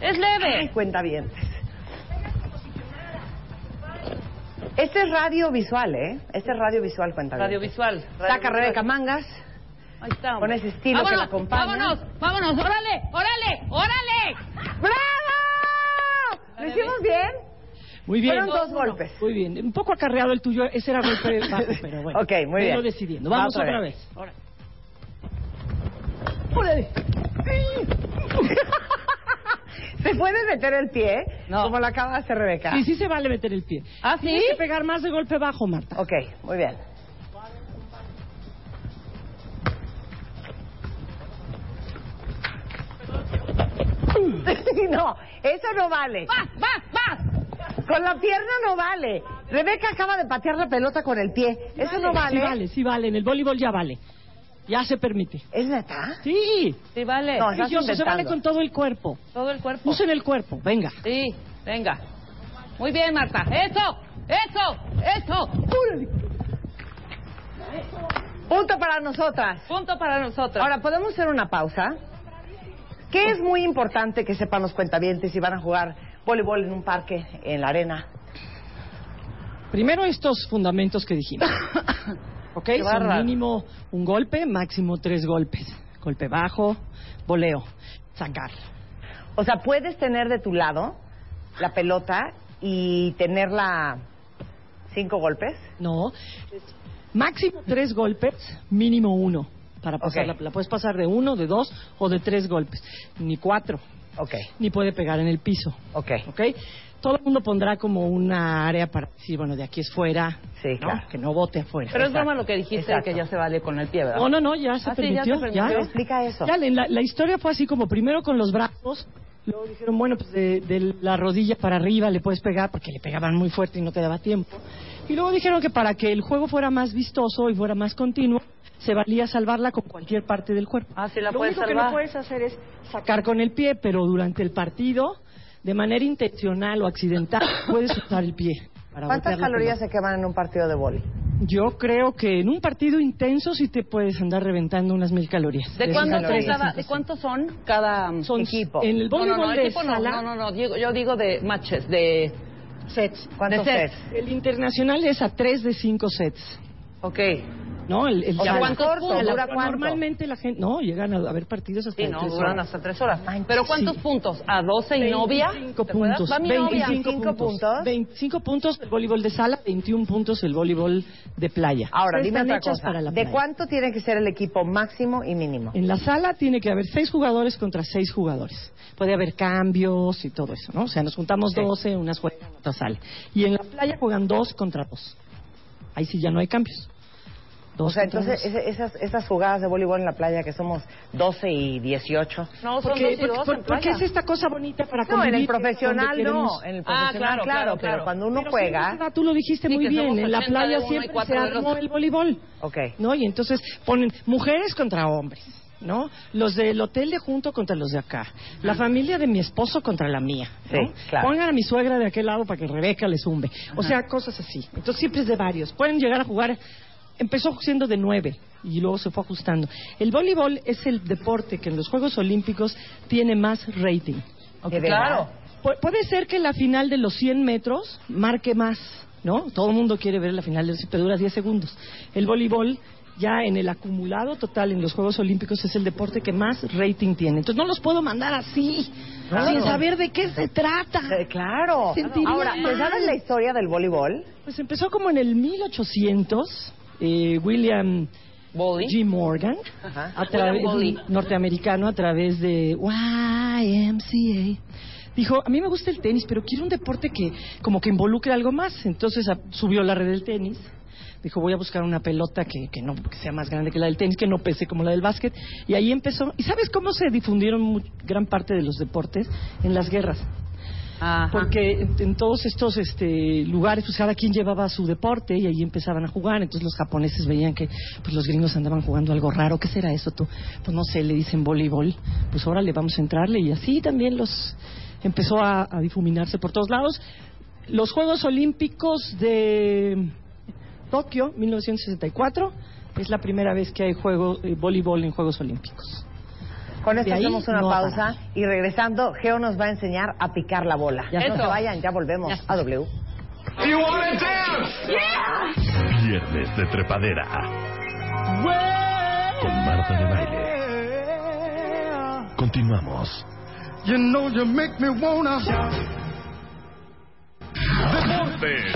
Speaker 5: Es
Speaker 1: Ay,
Speaker 5: leve.
Speaker 1: cuenta bien. Este es radio visual, ¿eh? Este es radio visual, cuenta bien.
Speaker 5: Radiovisual.
Speaker 1: Saca
Speaker 5: Radiovisual.
Speaker 1: Rebeca Mangas.
Speaker 5: Ahí está.
Speaker 1: Con ese estilo que
Speaker 5: vámonos,
Speaker 1: la acompaña.
Speaker 5: Vámonos, vámonos. Órale, órale, órale.
Speaker 1: ¡Bravo! ¿Lo hicimos bien?
Speaker 4: Muy bien.
Speaker 1: Fueron dos
Speaker 4: Uno.
Speaker 1: golpes.
Speaker 4: Muy bien. Un poco acarreado el tuyo, ese era
Speaker 1: <laughs>
Speaker 4: golpe bajo, pero bueno.
Speaker 1: Ok, muy bien.
Speaker 4: Velo decidiendo.
Speaker 1: Va
Speaker 4: Vamos
Speaker 1: otra
Speaker 4: otra
Speaker 1: vez.
Speaker 4: vez.
Speaker 1: Se puede meter el pie,
Speaker 5: No.
Speaker 1: como lo acaba de hacer Rebeca.
Speaker 4: Y sí se vale meter el pie.
Speaker 5: ¿Ah, sí?
Speaker 4: Tienes que pegar más de golpe bajo, Marta.
Speaker 1: Ok, muy bien. <laughs> No, eso no vale.
Speaker 5: Va, va, va.
Speaker 1: Con la pierna no vale. Rebeca acaba de patear la pelota con el pie. Eso no vale.
Speaker 4: Sí vale, sí vale. En el voleibol ya vale. Ya se permite.
Speaker 1: ¿Es neta?
Speaker 4: Sí.
Speaker 5: Sí, vale.
Speaker 1: No, estás
Speaker 4: Precioso, se vale
Speaker 1: inventando.
Speaker 4: con todo el cuerpo.
Speaker 5: Todo el cuerpo.
Speaker 4: Usen el cuerpo, venga.
Speaker 5: Sí, venga. Muy bien, Marta. Eso, eso, eso.
Speaker 1: Punto para nosotras.
Speaker 5: Punto para nosotros.
Speaker 1: Ahora, ¿podemos hacer una pausa? ¿Qué es muy importante que sepan los cuentavientes si van a jugar voleibol en un parque, en la arena?
Speaker 4: Primero estos fundamentos
Speaker 1: <laughs>
Speaker 4: que dijimos. ¿Ok?
Speaker 5: Qué
Speaker 4: Son
Speaker 5: bárbaro.
Speaker 4: mínimo un golpe, máximo tres golpes. Golpe bajo, voleo, sacar.
Speaker 1: O sea, puedes tener de tu lado la pelota y tenerla cinco golpes.
Speaker 4: No. Máximo tres golpes, mínimo uno. Para pasar
Speaker 1: Ok.
Speaker 4: la, la puedes pasar de uno, de dos o de tres golpes. Ni cuatro.
Speaker 1: Ok,
Speaker 4: Ni puede pegar en el piso.
Speaker 1: ok.
Speaker 4: ¿ok? Todo el mundo pondrá como una área para decir, bueno, de aquí es fuera,
Speaker 1: Sí,
Speaker 4: ¿no?
Speaker 1: claro.
Speaker 4: que no vote afuera.
Speaker 5: Pero es
Speaker 1: Exacto,
Speaker 5: broma lo que dijiste
Speaker 1: exacto.
Speaker 5: que ya se vale con el pie, ¿verdad?
Speaker 4: No, no, no, ya se
Speaker 5: Ah, sí, ya
Speaker 4: permitió.
Speaker 5: se permitió.
Speaker 4: ya.
Speaker 1: Explica eso.
Speaker 4: Ya, la, la historia fue así como primero con los brazos, luego dijeron, bueno, pues de, de la rodilla para arriba le puedes pegar porque le pegaban muy fuerte y no te daba tiempo. Y luego dijeron que para que el juego fuera más vistoso y fuera más continuo, se valía salvarla con cualquier parte del cuerpo.
Speaker 5: Ah, sí, la
Speaker 4: Lo
Speaker 5: puedes
Speaker 4: único que
Speaker 5: salvar.
Speaker 4: no puedes hacer es sacar con el pie, pero durante el partido, de manera intencional o accidental, puedes usar el pie. para
Speaker 1: ¿Cuántas
Speaker 4: golpear la
Speaker 1: calorías
Speaker 4: pelota.
Speaker 1: se queman en un partido de voleibol?
Speaker 4: Yo creo que en un partido intenso sí te puedes andar reventando unas mil calorías.
Speaker 5: ¿De,
Speaker 4: Esas
Speaker 5: cuándo
Speaker 4: calorías
Speaker 5: es la-
Speaker 4: esas.
Speaker 5: ¿De cuántos son cada um,
Speaker 4: Son
Speaker 1: equipo?
Speaker 4: En el
Speaker 5: No, no,
Speaker 4: voleibol
Speaker 5: no,
Speaker 4: de
Speaker 5: equipo no,
Speaker 4: sala,
Speaker 5: no, no, no, digo- yo digo de matches, de...
Speaker 4: sets.
Speaker 1: ¿Cuántos
Speaker 5: De sets.
Speaker 1: sets?
Speaker 4: El internacional es a tres de cinco sets.
Speaker 5: Ok.
Speaker 4: ¿No? El, el
Speaker 1: O sea,
Speaker 4: ya-
Speaker 5: ¿cuántos
Speaker 4: corto,
Speaker 5: puntos?
Speaker 4: la-
Speaker 1: ¿Dura cuánto?
Speaker 4: Normalmente la gente. No, llegan a haber partidos hasta
Speaker 5: Sí,
Speaker 4: de
Speaker 5: no,
Speaker 4: tres
Speaker 5: duran
Speaker 4: horas.
Speaker 5: hasta tres horas. ¿Pero cuántos
Speaker 4: Sí.
Speaker 5: puntos? ¿A 12 y novia?
Speaker 4: 25
Speaker 5: ¿Te acuerdas?
Speaker 4: puntos.
Speaker 5: Va mi
Speaker 4: 25
Speaker 5: novia.
Speaker 1: 25 puntos.
Speaker 4: puntos. 25 puntos el voleibol de sala, 21 puntos el voleibol de playa.
Speaker 1: Ahora,
Speaker 4: Están
Speaker 1: dime otra
Speaker 4: hechas
Speaker 1: cosa.
Speaker 4: para la
Speaker 1: ¿De
Speaker 4: playa.
Speaker 1: cuánto tiene que ser el equipo máximo y mínimo?
Speaker 4: En la sala tiene que haber seis jugadores contra seis jugadores. Puede haber cambios y todo eso, ¿no? O sea, nos juntamos
Speaker 1: Ok.
Speaker 4: 12, unas juegan, otras salen. Y en la playa juegan dos contra dos. Ahí sí ya no hay cambios. Dos
Speaker 1: O sea,
Speaker 4: contra
Speaker 1: entonces
Speaker 4: dos.
Speaker 1: ese- esas, esas jugadas de voleibol en la playa que somos 12 y 18.
Speaker 5: No, son
Speaker 4: Porque,
Speaker 5: 12 y 12 en
Speaker 4: porque- porque
Speaker 5: playa.
Speaker 4: es esta cosa bonita para
Speaker 1: No, en el
Speaker 4: convivir,
Speaker 1: profesional
Speaker 4: donde
Speaker 1: no.
Speaker 4: queremos-
Speaker 1: En el
Speaker 5: Ah,
Speaker 1: profesional, claro,
Speaker 5: claro, claro,
Speaker 1: Pero
Speaker 5: claro.
Speaker 1: cuando uno
Speaker 4: Pero sí, es
Speaker 1: juega.
Speaker 4: verdad, tú lo dijiste
Speaker 5: Sí,
Speaker 4: muy
Speaker 5: que
Speaker 4: bien.
Speaker 5: somos
Speaker 4: En la
Speaker 5: 80 de
Speaker 4: playa
Speaker 5: uno y
Speaker 4: siempre se
Speaker 5: cuatro del
Speaker 4: armó
Speaker 5: otro.
Speaker 4: el voleibol.
Speaker 1: Ok.
Speaker 4: ¿No? Y entonces ponen mujeres contra hombres, ¿no? Los del hotel de junto contra los de acá. La familia de mi esposo contra la mía. ¿no?
Speaker 1: Sí, claro.
Speaker 4: Pongan a mi suegra de aquel lado para que Rebeca le zumbe. O sea, cosas así. Entonces siempre es de varios. Pueden llegar a jugar. Empezó siendo de nueve y luego se fue ajustando. El voleibol es el deporte que en los Juegos Olímpicos tiene más rating.
Speaker 1: Ok,
Speaker 5: De
Speaker 1: claro.
Speaker 5: verdad.
Speaker 4: Pu- puede ser que la final de los 100 metros marque más, ¿no? Todo el mundo quiere ver la final de los 100, pero dura 10 segundos. El voleibol ya en el acumulado total en los Juegos Olímpicos es el deporte que más rating tiene. Entonces no los puedo mandar así,
Speaker 1: Claro.
Speaker 4: sin saber de qué se trata.
Speaker 1: Eh, Claro.
Speaker 4: Sentiría
Speaker 1: Ahora, ¿te
Speaker 4: mal.
Speaker 1: sabes la historia del voleibol?
Speaker 4: Pues empezó como en el 1800 eh, William
Speaker 5: Bolly.
Speaker 4: G. Morgan,
Speaker 5: Ajá.
Speaker 4: a través,
Speaker 5: William Boley.
Speaker 4: un norteamericano, a través de YMCA. Dijo, a mí me gusta el tenis, pero quiero un deporte que como que involucre algo más. Entonces a- subió la red del tenis. Dijo, voy a buscar una pelota que, que no que sea más grande que la del tenis, que no pese como la del básquet. Y ahí empezó. ¿Y sabes cómo se difundieron mu- gran parte de los deportes? En las guerras.
Speaker 5: Ajá.
Speaker 4: Porque en, en todos estos este, lugares, pues cada quien llevaba su deporte y ahí empezaban a jugar. Entonces los japoneses veían que pues, los gringos andaban jugando algo raro. ¿Qué será eso tú? Pues no sé, le dicen voleibol. Pues órale, vamos a entrarle. Y así también los empezó a, a difuminarse por todos lados. Los Juegos Olímpicos de Tokio, 1964, es la primera vez que hay juego, eh, voleibol en Juegos Olímpicos.
Speaker 1: Con esto
Speaker 4: De ahí
Speaker 1: hacemos una
Speaker 4: no va a
Speaker 1: pausa y regresando, Geo nos va a enseñar a picar la bola.
Speaker 4: Ya
Speaker 1: no
Speaker 5: está.
Speaker 1: se vayan, ya volvemos
Speaker 5: Ya está.
Speaker 1: a W.
Speaker 2: Viernes de trepadera. Con Marta de Baile. Continuamos.
Speaker 3: Deportes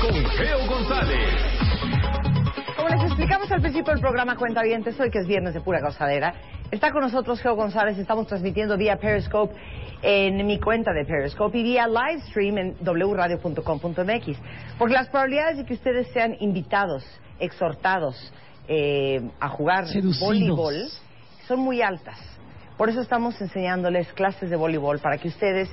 Speaker 3: con Geo González.
Speaker 1: Como les explicamos al principio del programa Cuenta Vientes, hoy que es viernes de pura gozadera, está con nosotros Geo González. Estamos transmitiendo vía Periscope en mi cuenta de Periscope y vía live stream en wradio.com.mx. Porque las probabilidades de que ustedes sean invitados, exhortados eh, a jugar
Speaker 4: Seducidos.
Speaker 1: voleibol son muy altas. Por eso estamos enseñándoles clases de voleibol para que ustedes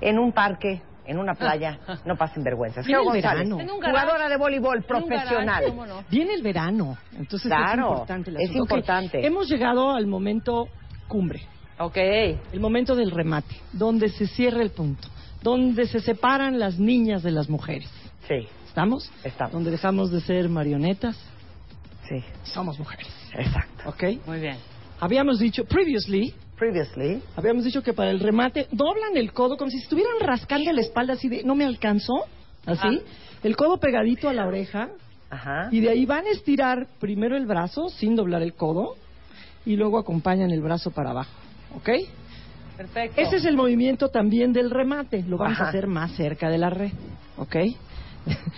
Speaker 1: en un parque, en una
Speaker 4: <laughs>
Speaker 1: playa, no pasen vergüenzas.
Speaker 4: Y en
Speaker 1: Geo
Speaker 4: el
Speaker 1: González,
Speaker 4: verano.
Speaker 5: En un garage.
Speaker 1: jugadora de voleibol
Speaker 5: En un garage,
Speaker 1: profesional.
Speaker 5: ¿cómo no?
Speaker 4: Viene el verano, entonces
Speaker 1: Claro,
Speaker 4: es importante. el
Speaker 1: es
Speaker 4: asunto. Ok,
Speaker 1: importante.
Speaker 4: Hemos llegado al momento cumbre,
Speaker 5: Ok.
Speaker 4: el momento del remate, donde se cierra el punto, donde se separan las niñas de las mujeres.
Speaker 1: Sí,
Speaker 4: ¿Estamos?
Speaker 1: Estamos.
Speaker 4: Donde dejamos de ser marionetas,
Speaker 1: sí,
Speaker 4: somos mujeres.
Speaker 1: exacto.
Speaker 4: ¿Ok?
Speaker 5: Muy bien.
Speaker 4: Habíamos dicho, previously,
Speaker 1: Previously,
Speaker 4: habíamos dicho que para el remate doblan el codo como si estuvieran rascando la espalda así de, no me alcanzó, así.
Speaker 1: Ah.
Speaker 4: El codo pegadito a la oreja,
Speaker 1: ajá,
Speaker 4: Y de ahí van a estirar primero el brazo sin doblar el codo y luego acompañan el brazo para abajo. ¿Ok?
Speaker 5: Perfecto.
Speaker 4: Ese es el movimiento también del remate. Lo vamos
Speaker 1: Ajá.
Speaker 4: a hacer más cerca de la red. ¿Ok? <laughs>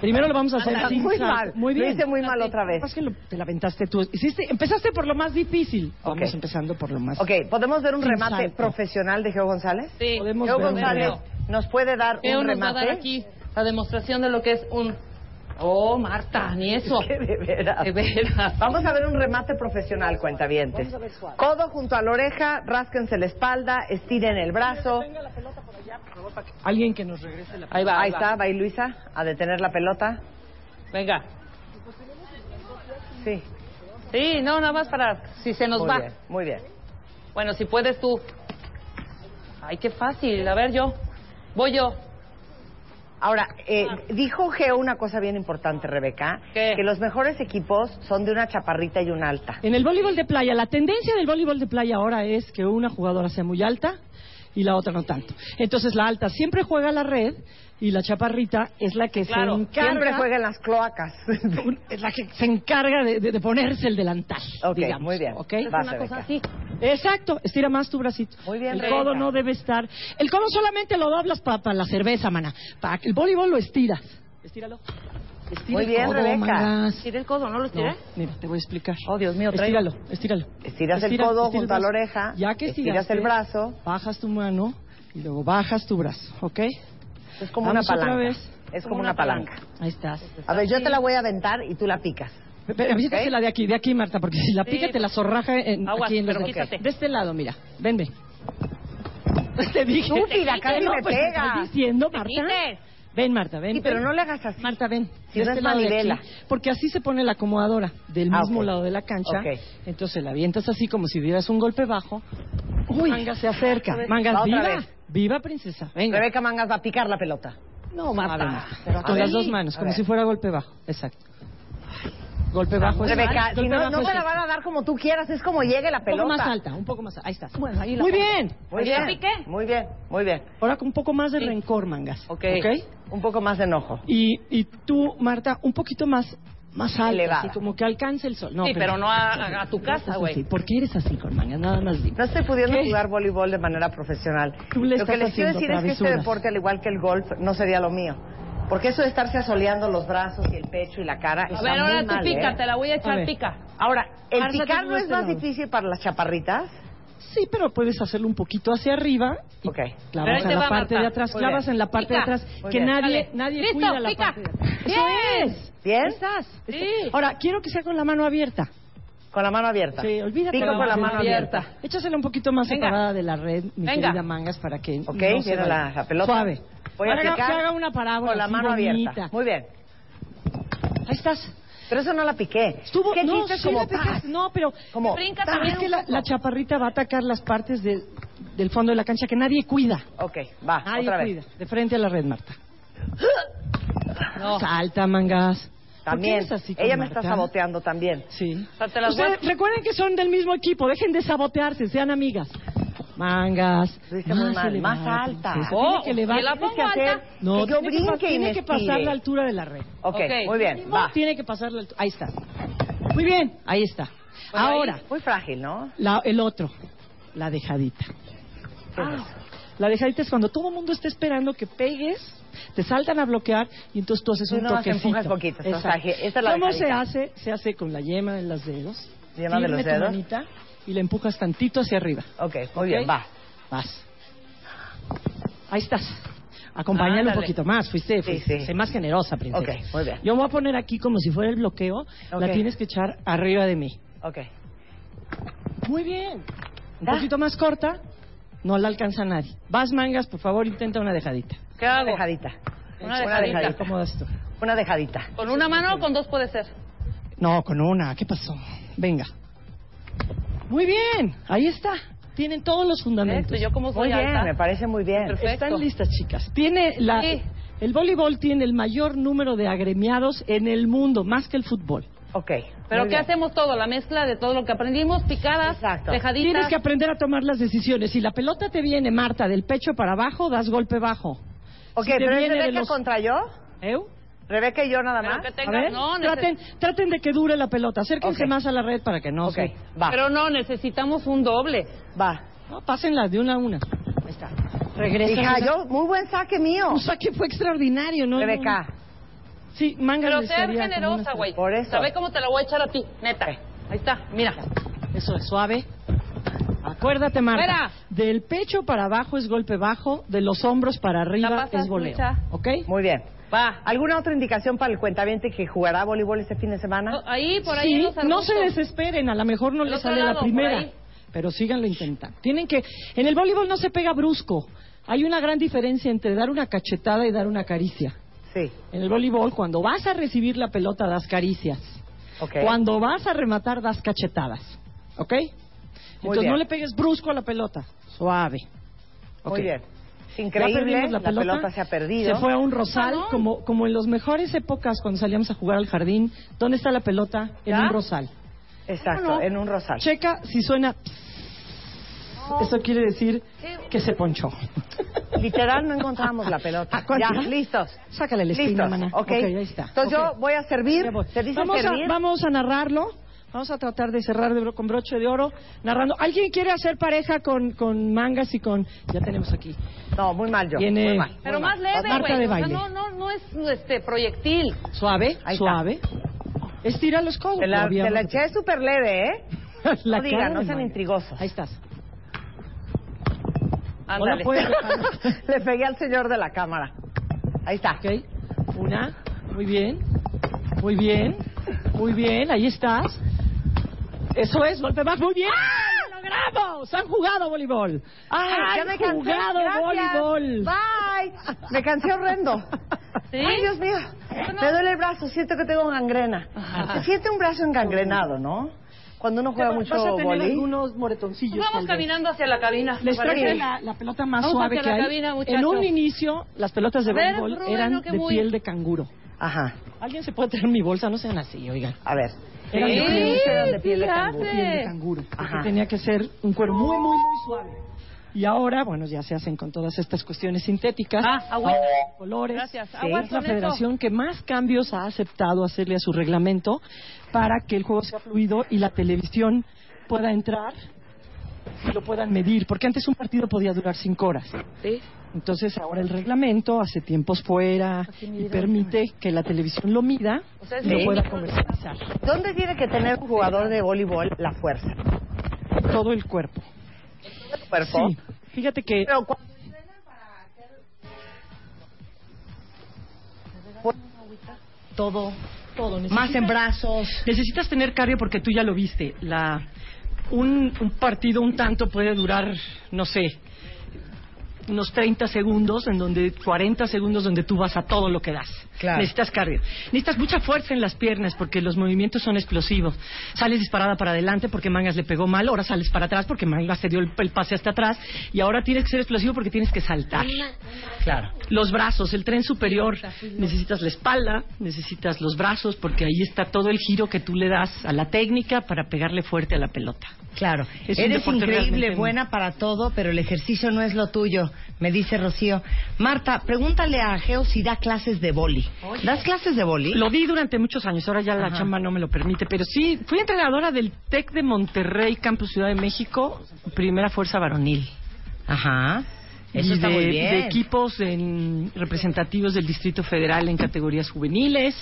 Speaker 4: primero lo vamos a hacer
Speaker 1: Anda,
Speaker 4: sin
Speaker 1: muy
Speaker 4: salto.
Speaker 1: mal.
Speaker 4: Muy
Speaker 1: Lo
Speaker 4: bien.
Speaker 1: hice muy mal otra vez.
Speaker 4: Es que lo- te la aventaste tú. Hiciste- empezaste por lo más difícil. Vamos
Speaker 1: Ok.
Speaker 4: empezando por lo más
Speaker 1: Ok, ¿podemos ver un
Speaker 4: Sin
Speaker 1: remate
Speaker 4: salto.
Speaker 1: profesional de Geo González?
Speaker 5: Sí.
Speaker 4: Podemos
Speaker 1: Geo
Speaker 4: ver un
Speaker 1: González,
Speaker 4: remate.
Speaker 1: ¿nos puede dar
Speaker 5: Teo
Speaker 1: un
Speaker 5: nos va a
Speaker 1: remate?
Speaker 5: dar aquí la demostración de lo que es un... Oh, Marta, ni eso.
Speaker 1: <laughs> Que <laughs> de veras.
Speaker 5: De veras.
Speaker 1: Vamos a ver un remate profesional, cuentavientes. Codo junto a la oreja, rásquense la espalda, estiren el brazo.
Speaker 4: Alguien que nos regrese la
Speaker 5: Ahí va,
Speaker 1: Ahí está, va ahí Luisa, a detener la pelota.
Speaker 5: Venga.
Speaker 1: Sí,
Speaker 5: Sí, no, nada más para si se nos
Speaker 1: muy
Speaker 5: va.
Speaker 1: bien, muy bien.
Speaker 5: Bueno, si puedes tú. Ay, qué fácil. A ver, yo. Voy yo.
Speaker 1: Ahora, eh, dijo Geo una cosa bien importante, Rebeca,
Speaker 5: ¿Qué?
Speaker 1: que los mejores equipos son de una chaparrita y una alta.
Speaker 4: En el voleibol de playa, la tendencia del voleibol de playa ahora es que una jugadora sea muy alta y la otra no tanto. Entonces la alta siempre juega a la red y la chaparrita es la que
Speaker 5: Claro,
Speaker 4: se encarga,
Speaker 1: Siempre jueguen las cloacas. <laughs>
Speaker 4: es la que se encarga de, de- de ponerse el delantal.
Speaker 1: Ok,
Speaker 4: digamos,
Speaker 1: muy bien.
Speaker 4: ¿ok?
Speaker 1: Vas,
Speaker 5: es una
Speaker 1: Rebeca.
Speaker 5: cosa así.
Speaker 4: Exacto, estira más tu bracito.
Speaker 1: Muy bien,
Speaker 4: el
Speaker 1: Rebeca.
Speaker 4: codo no debe estar. El codo solamente lo doblas para la cerveza, mana. Para el voleibol lo estiras. Estíralo. Estira
Speaker 1: Muy
Speaker 4: el
Speaker 1: bien,
Speaker 4: codo,
Speaker 1: Rebeca.
Speaker 4: manas.
Speaker 5: Estiré el codo, ¿no lo
Speaker 4: No,
Speaker 5: estiré?
Speaker 4: mira, te voy a explicar.
Speaker 5: Oh, Dios mío, trae-
Speaker 4: Estíralo, estíralo.
Speaker 1: Estiras el
Speaker 4: Estira-
Speaker 1: codo
Speaker 4: estira
Speaker 1: junto a la
Speaker 4: brazo.
Speaker 1: oreja,
Speaker 4: Ya que
Speaker 1: estiras
Speaker 4: estiraste,
Speaker 1: el brazo.
Speaker 4: Bajas tu mano y luego bajas tu brazo, ¿ok?
Speaker 1: Es como
Speaker 4: Vamos
Speaker 1: una palanca.
Speaker 4: otra vez.
Speaker 1: Es como una palanca. Este
Speaker 4: Ahí estás.
Speaker 1: A ver, yo te la voy a aventar y tú la picas.
Speaker 4: Pero avísate la de aquí, de aquí, Marta, porque si la
Speaker 5: Sí, pues,
Speaker 4: pica te la zorraja en,
Speaker 5: Aguas,
Speaker 4: aquí en los
Speaker 5: pero
Speaker 4: dedos.
Speaker 5: quítate.
Speaker 4: De este lado, mira, venme. <laughs> Te dije.
Speaker 1: Estúpida, casi
Speaker 4: No,
Speaker 1: me
Speaker 4: pues,
Speaker 1: pega.
Speaker 4: estás diciendo, Marta?
Speaker 5: quites.
Speaker 4: Ven, Marta, ven.
Speaker 1: Sí, pero
Speaker 4: ven.
Speaker 1: no le hagas así.
Speaker 4: Marta, ven.
Speaker 1: Si
Speaker 4: de
Speaker 1: no
Speaker 4: este
Speaker 1: es
Speaker 4: lado de
Speaker 1: manivela.
Speaker 4: aquí, porque así se pone la acomodadora, del
Speaker 1: Ah,
Speaker 4: mismo
Speaker 1: ok.
Speaker 4: lado de la cancha.
Speaker 1: Ok.
Speaker 4: Entonces la avientas así como si dieras un golpe bajo. Uy, manga se acerca. Manga,
Speaker 1: Va otra
Speaker 4: viva.
Speaker 1: vez.
Speaker 4: Viva, princesa. Venga.
Speaker 1: Rebeca Mangas va a picar la pelota.
Speaker 4: No,
Speaker 5: Marta.
Speaker 4: Ave Marta.
Speaker 5: Pero
Speaker 4: con
Speaker 1: a
Speaker 4: las
Speaker 1: ver.
Speaker 4: dos manos, como
Speaker 1: A ver.
Speaker 4: si fuera golpe bajo. Exacto. Golpe bajo. es-
Speaker 1: Rebeca, si
Speaker 4: golpe
Speaker 1: no,
Speaker 4: bajo
Speaker 1: no
Speaker 4: es
Speaker 1: te la
Speaker 4: esto.
Speaker 1: van a dar como tú quieras, es como llegue la
Speaker 4: Un poco
Speaker 1: pelota.
Speaker 4: más alta, un poco más alta. Ahí está.
Speaker 5: ahí la
Speaker 4: Muy
Speaker 5: pongo.
Speaker 4: bien.
Speaker 1: Muy
Speaker 5: ¿Ya
Speaker 1: bien.
Speaker 5: piqué?
Speaker 1: Muy bien, muy bien.
Speaker 4: Ahora con un poco más de rencor, mangas.
Speaker 5: Ok.
Speaker 1: Un poco más de enojo.
Speaker 4: Y, y tú, Marta, un poquito más más alta,
Speaker 1: Elevada.
Speaker 4: así como que alcance el sol. No,
Speaker 5: sí, pero no a, a- a tu casa,
Speaker 4: Estás así.
Speaker 5: güey.
Speaker 4: ¿Por qué eres así con mangas? Nada más digo.
Speaker 1: No estoy pudiendo
Speaker 4: ¿Qué?
Speaker 1: jugar voleibol de manera profesional.
Speaker 4: Tú le
Speaker 1: lo que
Speaker 4: estás
Speaker 1: les quiero
Speaker 4: haciendo
Speaker 1: decir es que este
Speaker 4: travesuras.
Speaker 1: deporte, al igual que el golf, no sería lo mío. Porque eso de estarse asoleando los brazos y el pecho y la cara.
Speaker 5: A
Speaker 4: Pues
Speaker 1: está
Speaker 5: ver,
Speaker 1: muy
Speaker 5: ahora tú
Speaker 1: mal, ¿eh?
Speaker 5: pica, te la voy a
Speaker 4: A
Speaker 5: echar
Speaker 4: ver.
Speaker 5: pica.
Speaker 1: Ahora, ¿el
Speaker 5: Ahora
Speaker 1: picar
Speaker 5: tú
Speaker 1: no es más
Speaker 5: muéstralo.
Speaker 1: difícil para las chaparritas?
Speaker 4: este Sí, pero puedes hacerlo un poquito hacia arriba y
Speaker 1: Ok.
Speaker 5: Pero ahí
Speaker 4: clavas
Speaker 5: te
Speaker 4: en
Speaker 5: va,
Speaker 4: la parte
Speaker 5: Marta.
Speaker 4: de atrás,
Speaker 1: Muy
Speaker 4: clavas
Speaker 1: bien.
Speaker 4: en la parte
Speaker 5: Pica.
Speaker 4: de atrás,
Speaker 1: Muy
Speaker 4: que
Speaker 1: bien.
Speaker 4: nadie,
Speaker 5: Dale.
Speaker 4: nadie
Speaker 5: Listo,
Speaker 4: cuida la
Speaker 5: pica.
Speaker 4: parte de atrás.
Speaker 5: Bien.
Speaker 4: ¡Eso es!
Speaker 1: ¿Bien?
Speaker 5: Estás. Sí.
Speaker 4: Ahora, quiero que sea con la mano abierta.
Speaker 1: Con la mano abierta.
Speaker 4: Sí, olvídate.
Speaker 1: Pico
Speaker 4: de
Speaker 1: con la mano abierta.
Speaker 4: Échasela un poquito más
Speaker 5: Venga.
Speaker 4: separada de la red, mi
Speaker 5: Venga.
Speaker 4: querida Mangas, para que
Speaker 1: Ok,
Speaker 4: no se
Speaker 1: viene
Speaker 4: vaya.
Speaker 1: la- la pelota.
Speaker 4: Suave.
Speaker 1: Voy a
Speaker 4: Haga-
Speaker 1: picar
Speaker 4: que haga una parábola
Speaker 1: Con la
Speaker 4: así
Speaker 1: mano
Speaker 4: bonita.
Speaker 1: abierta. Muy bien.
Speaker 4: Ahí estás.
Speaker 1: Pero eso no la piqué.
Speaker 4: Estuvo,
Speaker 1: ¿Qué
Speaker 4: no,
Speaker 1: hiciste
Speaker 4: sí
Speaker 1: como
Speaker 4: la picaste,
Speaker 1: ¡paz!
Speaker 4: no, pero
Speaker 1: Como
Speaker 5: Brinca
Speaker 4: Tal vez
Speaker 5: también
Speaker 4: que
Speaker 5: un
Speaker 4: la,
Speaker 5: poco.
Speaker 4: la chaparrita va a atacar las partes de- del fondo de la cancha que nadie cuida.
Speaker 1: Ok, va,
Speaker 4: Nadie
Speaker 1: otra vez.
Speaker 4: cuida. De frente a la red, Marta.
Speaker 5: No.
Speaker 4: Salta, mangas.
Speaker 1: También.
Speaker 4: ¿Por qué eres así con
Speaker 1: Ella me está
Speaker 4: Marta?
Speaker 1: saboteando también.
Speaker 4: Sí.
Speaker 5: O sea, te las
Speaker 4: Ustedes
Speaker 5: voy
Speaker 4: recuerden que son del mismo equipo. Dejen de sabotearse, sean amigas. Mangas.
Speaker 1: Lo dije muy mal,
Speaker 4: elevada,
Speaker 1: más alta.
Speaker 4: princesa.
Speaker 5: Oh,
Speaker 4: Tiene que elevar-
Speaker 5: que la
Speaker 4: tiene
Speaker 5: pongo
Speaker 4: hacer-
Speaker 5: alta.
Speaker 4: No,
Speaker 1: Que yo
Speaker 4: tiene que,
Speaker 1: brinque y
Speaker 4: tiene
Speaker 1: me
Speaker 4: que pasar
Speaker 1: estire.
Speaker 4: la altura de la red.
Speaker 1: ok,
Speaker 5: Ok.
Speaker 1: muy bien, va.
Speaker 4: Tiene que pasar la altura. Ahí está. Muy bien, ahí está.
Speaker 5: Bueno,
Speaker 4: Ahora,
Speaker 5: ahí-
Speaker 1: Muy frágil, ¿no?
Speaker 4: la- el otro, la dejadita.
Speaker 1: Ah.
Speaker 4: La dejadita es cuando todo el mundo está esperando que pegues, te saltan a bloquear y entonces tú haces
Speaker 1: Tú
Speaker 4: un
Speaker 1: nomás
Speaker 4: toquecito.
Speaker 1: empujas poquito, estás
Speaker 4: Exacto.
Speaker 1: ágil. Esa es la
Speaker 4: ¿Cómo se
Speaker 1: dejadita.
Speaker 4: hace? Se hace con la yema de los dedos.
Speaker 1: ¿Yema de
Speaker 4: firme
Speaker 1: los
Speaker 4: tu
Speaker 1: dedos?
Speaker 4: manita y la empujas tantito hacia arriba.
Speaker 1: Ok, muy
Speaker 4: ¿Ok?
Speaker 1: bien, va.
Speaker 4: Vas. Ahí estás. Acompáñalo un
Speaker 5: Ándale.
Speaker 4: poquito más. Fuiste,
Speaker 1: Sí,
Speaker 4: fuiste-
Speaker 1: sí.
Speaker 4: sé más generosa, princesa.
Speaker 1: Ok, muy bien.
Speaker 4: Yo me voy a poner aquí como si fuera el bloqueo.
Speaker 1: Ok.
Speaker 4: La tienes que echar arriba de mí.
Speaker 1: Ok.
Speaker 4: Muy bien. Un
Speaker 1: Da.
Speaker 4: poquito más corta. No la alcanza nadie. Vas, mangas, por favor, intenta una dejadita.
Speaker 5: ¿Qué hago?
Speaker 1: Una dejadita.
Speaker 5: Una
Speaker 4: ¿Te
Speaker 5: dejadita.
Speaker 4: acomodas tú?
Speaker 1: Una dejadita.
Speaker 5: ¿Con una mano o con dos puede ser?
Speaker 4: No, con una. ¿Qué pasó? Venga. Muy bien. Ahí está. Tienen todos los fundamentos.
Speaker 5: Esto, yo como
Speaker 1: Muy
Speaker 5: soy
Speaker 1: bien,
Speaker 5: alta.
Speaker 1: me parece muy bien.
Speaker 5: Perfecto.
Speaker 4: Están listas, chicas. Tiene la,
Speaker 5: Sí.
Speaker 4: El voleibol tiene el mayor número de agremiados en el mundo, más que el fútbol.
Speaker 1: Ok.
Speaker 5: Pero
Speaker 1: muy
Speaker 5: ¿qué
Speaker 1: bien.
Speaker 5: hacemos todo? La mezcla de todo lo que aprendimos, picadas,
Speaker 1: Exacto.
Speaker 5: dejaditas.
Speaker 4: Tienes que aprender a tomar las decisiones. Si la pelota te viene, Marta, del pecho para abajo, das golpe bajo.
Speaker 1: Ok,
Speaker 4: Si te
Speaker 1: pero es
Speaker 4: viene de
Speaker 1: Rebeca
Speaker 4: los-
Speaker 1: contra yo.
Speaker 4: ¿Eu?
Speaker 1: Rebeca y yo nada
Speaker 5: Pero
Speaker 1: más.
Speaker 5: que
Speaker 4: A
Speaker 5: tengas-
Speaker 4: ver,
Speaker 5: no, neces-
Speaker 4: traten, traten de que dure la pelota. Acérquense
Speaker 1: Ok.
Speaker 4: más a la red para que no
Speaker 1: Ok,
Speaker 4: se...
Speaker 1: va.
Speaker 5: Pero no, necesitamos un doble.
Speaker 1: Va.
Speaker 4: No, pásenla de una a una. Ahí está. Regresa.
Speaker 1: Hija, yo, muy buen saque mío.
Speaker 4: O sea, que fue extraordinario, ¿no?
Speaker 1: Rebeca.
Speaker 4: Sí, manga
Speaker 5: Pero
Speaker 4: le
Speaker 5: ser
Speaker 4: estaría como
Speaker 5: generosa,
Speaker 4: una-
Speaker 5: güey.
Speaker 1: Por eso.
Speaker 5: ¿Sabes cómo te la voy a echar a ti? Neta. Ahí está, mira.
Speaker 4: Eso es suave. Acuérdate, Marta.
Speaker 5: Fuera.
Speaker 4: Del pecho para abajo es golpe bajo, de los hombros para
Speaker 5: La
Speaker 4: arriba
Speaker 5: pasas,
Speaker 4: es voleo.
Speaker 5: Lucha.
Speaker 4: ¿Ok?
Speaker 1: Muy bien.
Speaker 5: Va.
Speaker 1: ¿Alguna otra indicación para el cuentaviente que jugará voleibol este fin de
Speaker 4: Oh,
Speaker 1: semana?
Speaker 5: Ahí, por ahí. en
Speaker 4: sí,
Speaker 5: los
Speaker 4: no se
Speaker 5: arbustos.
Speaker 4: desesperen, a lo mejor no
Speaker 5: Del
Speaker 4: les
Speaker 5: otro
Speaker 4: sale
Speaker 5: lado,
Speaker 4: la
Speaker 5: por
Speaker 4: primera,
Speaker 5: ahí.
Speaker 4: pero síganlo intentando. Tienen que en el voleibol no se pega brusco. Hay una gran diferencia entre dar una cachetada y dar una caricia.
Speaker 1: Sí.
Speaker 4: En el voleibol cuando vas a recibir la pelota das caricias.
Speaker 1: Ok.
Speaker 4: Cuando vas a rematar das cachetadas. ¿Ok? Entonces
Speaker 1: bien.
Speaker 4: no le pegues brusco a la pelota, suave.
Speaker 1: Muy
Speaker 4: Ok.
Speaker 1: bien.
Speaker 4: Ya
Speaker 1: Increíble,
Speaker 4: perdimos
Speaker 1: la, pelota, se ha perdido.
Speaker 4: Se fue a un rosal,
Speaker 5: Ah, no.
Speaker 4: como, como en las mejores épocas cuando salíamos a jugar al jardín. ¿Dónde está la pelota? En
Speaker 5: ¿Ya?
Speaker 4: un rosal.
Speaker 1: Exacto,
Speaker 4: No, no.
Speaker 1: en un rosal.
Speaker 4: Checa si suena. Eso quiere decir que se ponchó. <laughs>
Speaker 1: Literal, no encontramos la pelota.
Speaker 4: ¿A cuánto?
Speaker 1: Ya, listos.
Speaker 4: Sácale la espina,
Speaker 1: listos.
Speaker 4: maná.
Speaker 1: Ok.
Speaker 4: ahí está.
Speaker 1: Entonces
Speaker 4: Ok.
Speaker 1: yo voy a servir.
Speaker 4: Ya voy.
Speaker 1: ¿Se dice
Speaker 4: vamos, a,
Speaker 1: servir?
Speaker 4: vamos a narrarlo. Vamos a tratar de cerrar de bro- con broche de oro, narrando. ¿Alguien quiere hacer pareja con, con mangas y con...? Ya tenemos aquí.
Speaker 1: No, muy mal yo.
Speaker 4: Viene-
Speaker 1: Muy mal.
Speaker 5: Pero
Speaker 1: muy
Speaker 5: más
Speaker 1: mal.
Speaker 5: leve, güey.
Speaker 4: Marta de
Speaker 5: O sea,
Speaker 4: baile.
Speaker 5: no, no, no es este proyectil.
Speaker 4: Suave,
Speaker 1: Ahí está.
Speaker 4: suave. Estira los codos.
Speaker 1: Te la,
Speaker 4: Todavía <laughs>
Speaker 1: te la
Speaker 4: no-
Speaker 1: eché súper leve, ¿eh?
Speaker 4: La
Speaker 1: No digan,
Speaker 4: cara
Speaker 1: no
Speaker 4: de
Speaker 1: sean
Speaker 4: Mario.
Speaker 1: intrigosos.
Speaker 4: Ahí estás.
Speaker 1: <laughs>
Speaker 4: Hola,
Speaker 5: Ándale.
Speaker 4: pues. Ajá.
Speaker 1: Le pegué al señor de la cámara. Ahí está.
Speaker 4: Ok. Una. Muy bien. Muy bien. Muy bien. Ahí estás. Eso es, golpe más. Muy bien. ¡Lo logramos! Han jugado voleibol.
Speaker 1: ¡Ah! Ay,
Speaker 4: ¡Han
Speaker 1: ya me cansé.
Speaker 4: jugado
Speaker 1: Gracias.
Speaker 4: voleibol.
Speaker 1: Bye. Me cansé horrendo.
Speaker 5: ¿Sí?
Speaker 1: Ay, Dios mío. Me duele el brazo. Siento que tengo gangrena. Se siente un brazo engangrenado, ¿no? Cuando uno juega
Speaker 4: Vas
Speaker 1: mucho
Speaker 4: a tener
Speaker 1: boli.
Speaker 4: algunos moretoncillos. tal
Speaker 5: Pues Vamos
Speaker 4: vez.
Speaker 5: caminando hacia la cabina.
Speaker 4: Les
Speaker 5: ¿te
Speaker 4: traje
Speaker 5: parece?
Speaker 4: la, la pelota más
Speaker 5: Vamos
Speaker 4: suave
Speaker 5: hacia
Speaker 4: que
Speaker 5: la
Speaker 4: hay.
Speaker 5: cabina, muchachos.
Speaker 4: en un inicio, las pelotas de
Speaker 5: A ver,
Speaker 4: voleibol
Speaker 5: Rubén,
Speaker 4: eran
Speaker 5: no, que
Speaker 4: de
Speaker 5: muy-
Speaker 4: piel de canguro.
Speaker 1: Ajá.
Speaker 4: ¿Alguien se puede traer mi bolsa? No sean así, oigan.
Speaker 1: A ver.
Speaker 4: Sí,
Speaker 1: Eran de piel-
Speaker 4: sí,
Speaker 1: eran de piel de
Speaker 5: sí,
Speaker 1: canguro.
Speaker 5: hace.
Speaker 4: piel de canguro. porque
Speaker 1: Ajá.
Speaker 4: tenía que ser un cuero muy, muy, muy suave. Y ahora, bueno, ya se hacen con todas estas cuestiones sintéticas,
Speaker 5: Ah, agua.
Speaker 4: colores.
Speaker 5: Gracias.
Speaker 4: Sí.
Speaker 5: Aguas
Speaker 4: Es la
Speaker 5: con eso.
Speaker 4: federación que más cambios ha aceptado hacerle a su reglamento para que el juego sea fluido y la televisión pueda entrar y lo puedan medir. Porque antes un partido podía durar cinco horas.
Speaker 5: Sí.
Speaker 4: Entonces ahora el reglamento hace tiempos fuera y permite que la televisión lo mida
Speaker 1: O sea, es
Speaker 4: y lo
Speaker 1: ley.
Speaker 4: pueda comercializar.
Speaker 1: ¿Dónde tiene que tener un jugador de voleibol la fuerza?
Speaker 4: Todo el cuerpo.
Speaker 1: ¿El
Speaker 5: Oh.
Speaker 1: cuerpo?
Speaker 4: Sí. Fíjate que
Speaker 1: Pero cuando
Speaker 4: todo, todo
Speaker 1: más en brazos.
Speaker 4: Necesitas tener cardio porque tú ya lo viste. La, un, un partido, un tanto puede durar, no sé, unos 30 segundos, en donde 40 segundos donde tú vas a todo lo que das.
Speaker 1: Claro.
Speaker 4: Necesitas cardio. Necesitas mucha fuerza en las piernas porque los movimientos son explosivos. Sales disparada para adelante porque Mangas le pegó mal, ahora sales para atrás porque Mangas te dio el, el pase hasta atrás y ahora tienes que ser explosivo porque tienes que saltar. Claro. Los brazos, el tren superior, necesitas la espalda, necesitas los brazos porque ahí está todo el giro que tú le das a la técnica para pegarle fuerte a la pelota.
Speaker 1: Claro,
Speaker 4: Es un
Speaker 1: eres
Speaker 4: deporte
Speaker 1: increíble,
Speaker 4: realmente-
Speaker 1: buena para todo, pero el ejercicio no es lo tuyo, me dice Rocío. Marta, pregúntale a Geo si da clases de boli. ¿Das clases de boli?
Speaker 4: Lo di durante muchos años, ahora ya la
Speaker 1: Ajá.
Speaker 4: chamba no me lo permite, pero sí, fui entrenadora del TEC de Monterrey, Campus Ciudad de México, primera fuerza varonil.
Speaker 1: Ajá, eso
Speaker 4: Y
Speaker 1: está
Speaker 4: de,
Speaker 1: muy
Speaker 4: de
Speaker 1: bien.
Speaker 4: equipos en- representativos del Distrito Federal en categorías juveniles.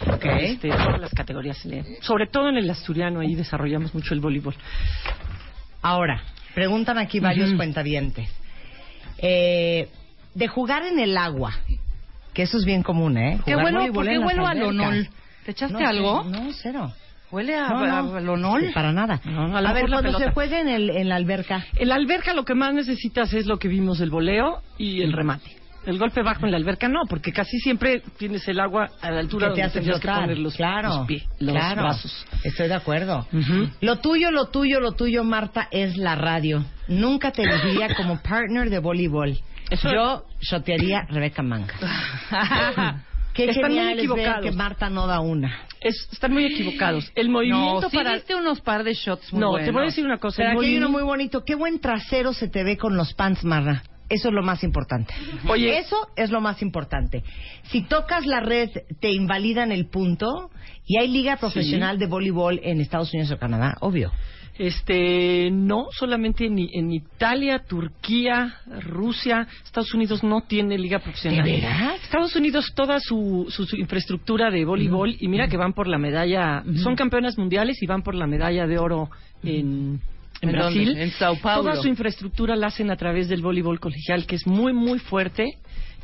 Speaker 1: Ok.
Speaker 4: Este, todas las categorías, eh, sobre todo en el asturiano, ahí desarrollamos mucho el voleibol.
Speaker 1: Ahora, preguntan aquí varios
Speaker 4: Ujú.
Speaker 1: cuentavientes. Eh, de jugar en el agua, que eso es bien común, ¿eh?
Speaker 6: ¿Qué
Speaker 1: Jugar
Speaker 6: huelo-
Speaker 1: voleibol
Speaker 6: por qué
Speaker 1: en las
Speaker 6: huelo a
Speaker 1: albercas.
Speaker 6: lonol? ¿Te echaste
Speaker 1: No,
Speaker 6: algo?
Speaker 1: No, cero.
Speaker 6: Huele a,
Speaker 1: No,
Speaker 6: a-
Speaker 1: no.
Speaker 6: a lonol.
Speaker 1: Sí, para nada.
Speaker 4: No, a lo
Speaker 1: a ver,
Speaker 4: mejor la
Speaker 1: cuando se
Speaker 4: pelota.
Speaker 1: juega en, el, en la alberca,
Speaker 4: En la alberca lo que más necesitas es lo que vimos del voleo y el remate. El golpe bajo en la alberca no, porque casi siempre tienes el agua a la altura
Speaker 1: que te
Speaker 4: donde
Speaker 1: hace
Speaker 4: tendrías que
Speaker 1: flotar.
Speaker 4: poner los,
Speaker 1: claro,
Speaker 4: los pies, los
Speaker 1: claro.
Speaker 4: brazos.
Speaker 1: Estoy de acuerdo.
Speaker 4: Ujú.
Speaker 1: Lo tuyo, lo tuyo, lo tuyo, Marta, es la radio. Nunca te
Speaker 4: <laughs>
Speaker 1: elegiría como partner de voleibol.
Speaker 4: Eso-
Speaker 1: Yo shotearía Rebeca Manga. <laughs>
Speaker 4: <laughs>
Speaker 1: Qué
Speaker 4: Están muy
Speaker 1: genial es ver
Speaker 4: equivocados.
Speaker 1: que Marta no da una.
Speaker 4: Es- están muy equivocados. El
Speaker 6: no,
Speaker 4: movimiento
Speaker 6: sí
Speaker 4: para...
Speaker 6: diste unos par de shots muy
Speaker 4: no,
Speaker 6: buenos.
Speaker 4: te voy a decir una cosa.
Speaker 1: Pero
Speaker 4: el
Speaker 1: aquí hay uno
Speaker 4: movimiento-
Speaker 1: muy bonito. Qué buen trasero se te ve con los pants, Marra. Eso es lo más importante.
Speaker 4: Oye.
Speaker 1: Eso es lo más importante. Si tocas la red, te invalidan el punto. Y hay liga profesional de voleibol en Estados Unidos o Canadá, obvio.
Speaker 4: Este, no, solamente en, I- en Italia, Turquía, Rusia, Estados Unidos no tiene liga profesional.
Speaker 1: ¿De veras?
Speaker 4: Estados Unidos toda su, su, su infraestructura de voleibol y mira que van por la medalla, son campeonas mundiales y van por la medalla de oro en en
Speaker 6: ¿En
Speaker 4: Brasil.
Speaker 6: dónde? En Sao Paulo.
Speaker 4: Toda su infraestructura la hacen a través del voleibol colegial que es muy muy fuerte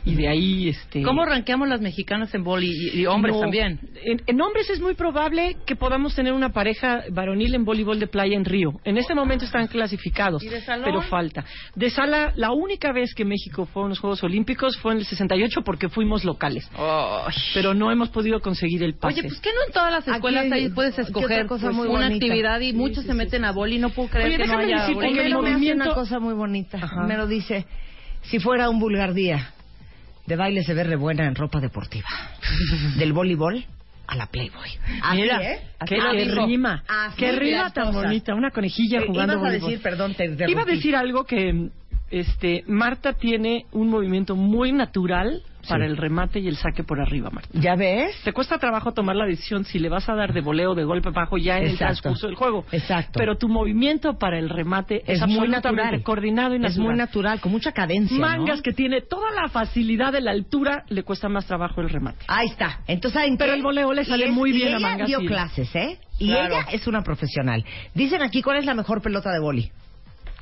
Speaker 4: y de ahí este
Speaker 6: ¿Cómo ranqueamos las mexicanas en boli y, y hombres
Speaker 4: no.
Speaker 6: también?
Speaker 4: En, en hombres es muy probable que podamos tener una pareja varonil en voleibol de playa en Río. En este momento están clasificados,
Speaker 6: ¿Y de salón?
Speaker 4: pero falta. De sala, la única vez que México fue a unos Juegos Olímpicos fue en el 68 porque fuimos locales,
Speaker 6: Ay.
Speaker 4: pero no hemos podido conseguir el pase.
Speaker 6: Oye, pues que no en todas las
Speaker 1: Aquí
Speaker 6: escuelas
Speaker 1: hay-
Speaker 6: ahí puedes
Speaker 1: ¿qué otra
Speaker 6: escoger
Speaker 1: cosa
Speaker 6: pues,
Speaker 1: muy
Speaker 6: una
Speaker 1: bonita?
Speaker 6: actividad y muchos se meten a boli. No puedo creer
Speaker 4: Oye,
Speaker 6: que no
Speaker 4: déjame
Speaker 6: haya
Speaker 4: decirte
Speaker 6: boli.
Speaker 4: que el
Speaker 1: Homero me hace una
Speaker 4: movimiento-
Speaker 1: cosa muy bonita.
Speaker 4: Ajá.
Speaker 1: Homero dice, si fuera un vulgar día, de baile se ve re buena en ropa deportiva. Del voleibol a la Playboy. Así,
Speaker 4: Mira,
Speaker 1: ¿eh?
Speaker 4: qué,
Speaker 1: Así
Speaker 4: qué
Speaker 1: dijo.
Speaker 4: rima,
Speaker 1: Así
Speaker 4: qué rima
Speaker 1: las
Speaker 4: tan
Speaker 1: cosas.
Speaker 4: bonita, una conejilla
Speaker 1: Eh,
Speaker 4: jugando
Speaker 1: ibas a
Speaker 4: voleibol.
Speaker 1: decir, perdón, te interrumpí.
Speaker 4: Iba a decir algo que este Marta tiene un movimiento muy natural para el remate y el saque por arriba, Marta.
Speaker 1: ¿Ya ves?
Speaker 4: Te cuesta trabajo tomar la decisión si le vas a dar de voleo de golpe bajo ya en
Speaker 1: Exacto.
Speaker 4: el transcurso del juego.
Speaker 1: Exacto.
Speaker 4: Pero tu movimiento para el remate
Speaker 1: Es
Speaker 4: es,
Speaker 1: muy
Speaker 4: absolutamente
Speaker 1: natural.
Speaker 4: coordinado y
Speaker 1: Es muy
Speaker 4: natural.
Speaker 1: natural, con mucha cadencia, ¿no?
Speaker 4: Mangas que tiene toda la facilidad de la altura le cuesta más trabajo el remate.
Speaker 1: Ahí está. Entonces, ¿saben
Speaker 4: Pero
Speaker 1: qué?
Speaker 4: el voleo le
Speaker 1: Y
Speaker 4: sale
Speaker 1: es-
Speaker 4: muy
Speaker 1: y
Speaker 4: bien a
Speaker 1: ella
Speaker 4: Mangas
Speaker 1: dio
Speaker 4: Silva.
Speaker 1: clases, ¿eh? Y
Speaker 6: Claro.
Speaker 1: ella es una profesional. Dicen aquí, ¿cuál es la mejor pelota de boli?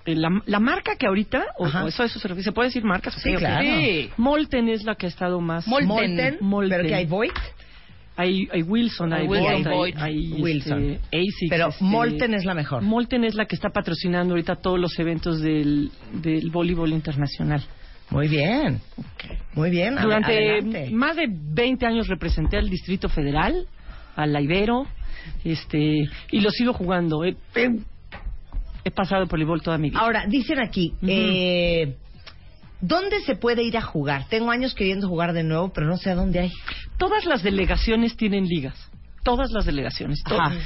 Speaker 4: Eh, La, la marca que ahorita, o,
Speaker 1: Ajá.
Speaker 4: o eso, eso se refiere, ¿se puede decir marcas?
Speaker 1: Sí, claro.
Speaker 6: Sí.
Speaker 4: Molten es la que ha estado más.
Speaker 6: Molten.
Speaker 4: Molten.
Speaker 1: Pero que hay Voigt.
Speaker 4: Hay, hay Wilson, hay,
Speaker 6: Hay
Speaker 4: Boyd,
Speaker 6: Wilson, Boyd.
Speaker 4: hay, hay,
Speaker 1: Wilson.
Speaker 4: este, Asics,
Speaker 1: Pero
Speaker 4: este,
Speaker 1: Molten es la mejor.
Speaker 4: Molten es la que está patrocinando ahorita todos los eventos del, del voleibol internacional.
Speaker 1: Muy bien. Muy bien. a-
Speaker 4: Durante
Speaker 1: adelante.
Speaker 4: más de 20 años representé al Distrito Federal, a la Ibero, este, y lo sigo jugando. He, he- he pasado por el voleibol toda mi vida.
Speaker 1: Ahora, dicen aquí,
Speaker 4: Ujú.
Speaker 1: eh, ¿dónde se puede ir a jugar? Tengo años queriendo jugar de nuevo, pero no sé a dónde hay.
Speaker 4: Todas las delegaciones tienen ligas. todas las delegaciones. to-
Speaker 6: Ajá.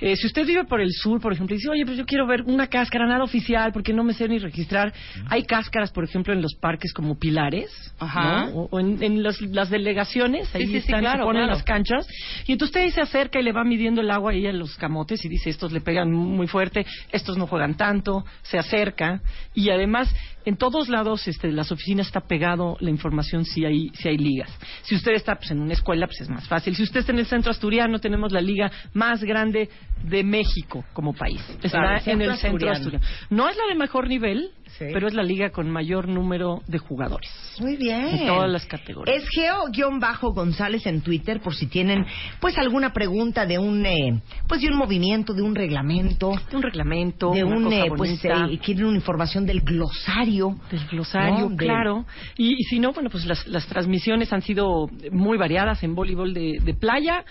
Speaker 4: Eh, si usted vive por el sur, por ejemplo, y dice, oye, pues yo quiero ver una cáscara, nada oficial, porque no me sé ni registrar. Hay cáscaras, por ejemplo, en los parques como pilares,
Speaker 5: Ajá.
Speaker 4: ¿no? O, o en, en los- las delegaciones, ahí
Speaker 5: sí, sí,
Speaker 4: están, se
Speaker 5: claro,
Speaker 4: ponen
Speaker 5: claro.
Speaker 4: las canchas. Y entonces usted ahí se acerca y le va midiendo el agua ahí a los camotes y dice, estos le pegan muy fuerte, estos no juegan tanto, se acerca. Y además, en todos lados, este, las oficinas está pegado la información si hay, si hay ligas. Si usted está pues, en una escuela, pues es más fácil. Si usted está en el centro asturiano, tenemos la liga más grande de México como país. Está
Speaker 5: Claro,
Speaker 4: en
Speaker 5: centro
Speaker 4: el centro
Speaker 5: asturiano.
Speaker 4: asturiano. No es la de mejor nivel,
Speaker 6: Sí.
Speaker 4: pero es la liga con mayor número de jugadores.
Speaker 6: Muy bien.
Speaker 4: En todas las categorías.
Speaker 6: Es Geo-González en Twitter por si tienen pues alguna pregunta de un eh, pues de un movimiento, de un reglamento,
Speaker 4: Un reglamento,
Speaker 6: de
Speaker 4: una
Speaker 6: un
Speaker 4: cosa
Speaker 6: eh, pues
Speaker 4: bonita.
Speaker 6: eh, quieren información del glosario,
Speaker 4: Del glosario,
Speaker 6: ¿no? De-
Speaker 4: claro. Y, y si no, bueno, pues las, las transmisiones han sido muy variadas en voleibol de, de playa.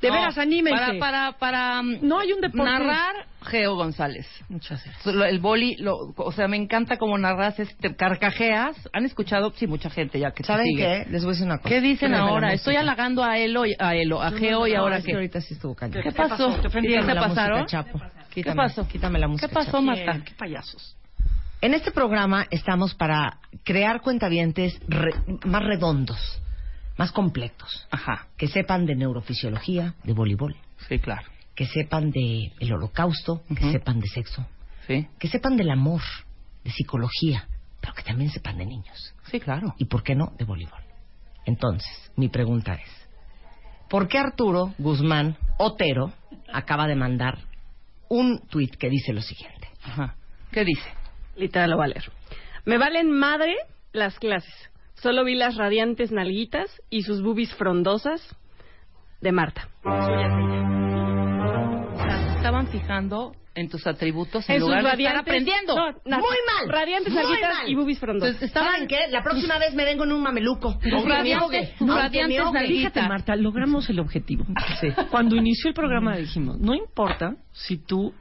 Speaker 4: De
Speaker 5: No,
Speaker 4: veras, anímense.
Speaker 5: Para, para, para mm,
Speaker 4: No hay un deporte.
Speaker 5: narrar Geo González.
Speaker 4: Muchas gracias.
Speaker 5: Lo- El boli, lo- o sea, me encanta cómo narras, es- te carcajeas. Han escuchado, sí, mucha gente ya que te
Speaker 6: ¿Saben
Speaker 5: sigue.
Speaker 6: qué? Les voy a decir una cosa.
Speaker 5: ¿Qué dicen
Speaker 6: Espérame la
Speaker 5: ahora?
Speaker 6: música.
Speaker 5: Estoy halagando a Elo, y- a Elo, a Geo y
Speaker 6: No,
Speaker 5: ahora
Speaker 6: es que
Speaker 5: qué.
Speaker 6: ahorita sí estuvo cañón.
Speaker 5: ¿Qué pasó?
Speaker 4: ¿Te ofendí?
Speaker 5: ¿Qué
Speaker 6: Quítame
Speaker 5: te
Speaker 6: la
Speaker 5: pasaron?
Speaker 6: música, Chapo.
Speaker 5: ¿Qué
Speaker 6: Quítame-
Speaker 5: pasó?
Speaker 6: Quítame la música.
Speaker 5: ¿Qué pasó,
Speaker 6: Chapo.
Speaker 5: Marta?
Speaker 4: Qué payasos.
Speaker 6: En este programa estamos para crear cuentavientes re- más redondos, más completos,
Speaker 5: Ajá,
Speaker 6: que sepan de neurofisiología, de voleibol,
Speaker 5: sí, claro.
Speaker 6: que sepan de el holocausto, que
Speaker 5: Ujú.
Speaker 6: sepan de sexo,
Speaker 5: Sí,
Speaker 6: que sepan del amor, de psicología, pero que también sepan de niños
Speaker 5: sí, claro.
Speaker 6: y por qué no de voleibol. Entonces, mi pregunta es, ¿por qué Arturo Guzmán Otero acaba de mandar un tuit que dice lo siguiente?
Speaker 5: Ajá. ¿Qué dice?
Speaker 7: Literal lo va a leer. Me valen madre las clases. Solo vi las radiantes nalguitas y sus bubis frondosas de Marta.
Speaker 5: O sea, se estaban fijando en tus atributos en,
Speaker 7: En sus
Speaker 5: lugar de estar
Speaker 7: radiantes.
Speaker 5: aprendiendo.
Speaker 7: No, na-
Speaker 6: Muy mal.
Speaker 7: Radiantes
Speaker 6: Muy
Speaker 7: nalguitas
Speaker 6: mal.
Speaker 7: y bubis frondosas.
Speaker 5: Entonces, estaban
Speaker 6: ¿Saben qué? La próxima vez me vengo en un mameluco. Aunque me
Speaker 5: radiantes-
Speaker 6: ahogue,
Speaker 5: tus
Speaker 6: aunque
Speaker 5: radiantes
Speaker 6: me ahogue.
Speaker 5: nalguitas.
Speaker 4: Fíjate, Marta, logramos el objetivo.
Speaker 5: Ah,
Speaker 4: Cuando inició el programa dijimos, no importa si tú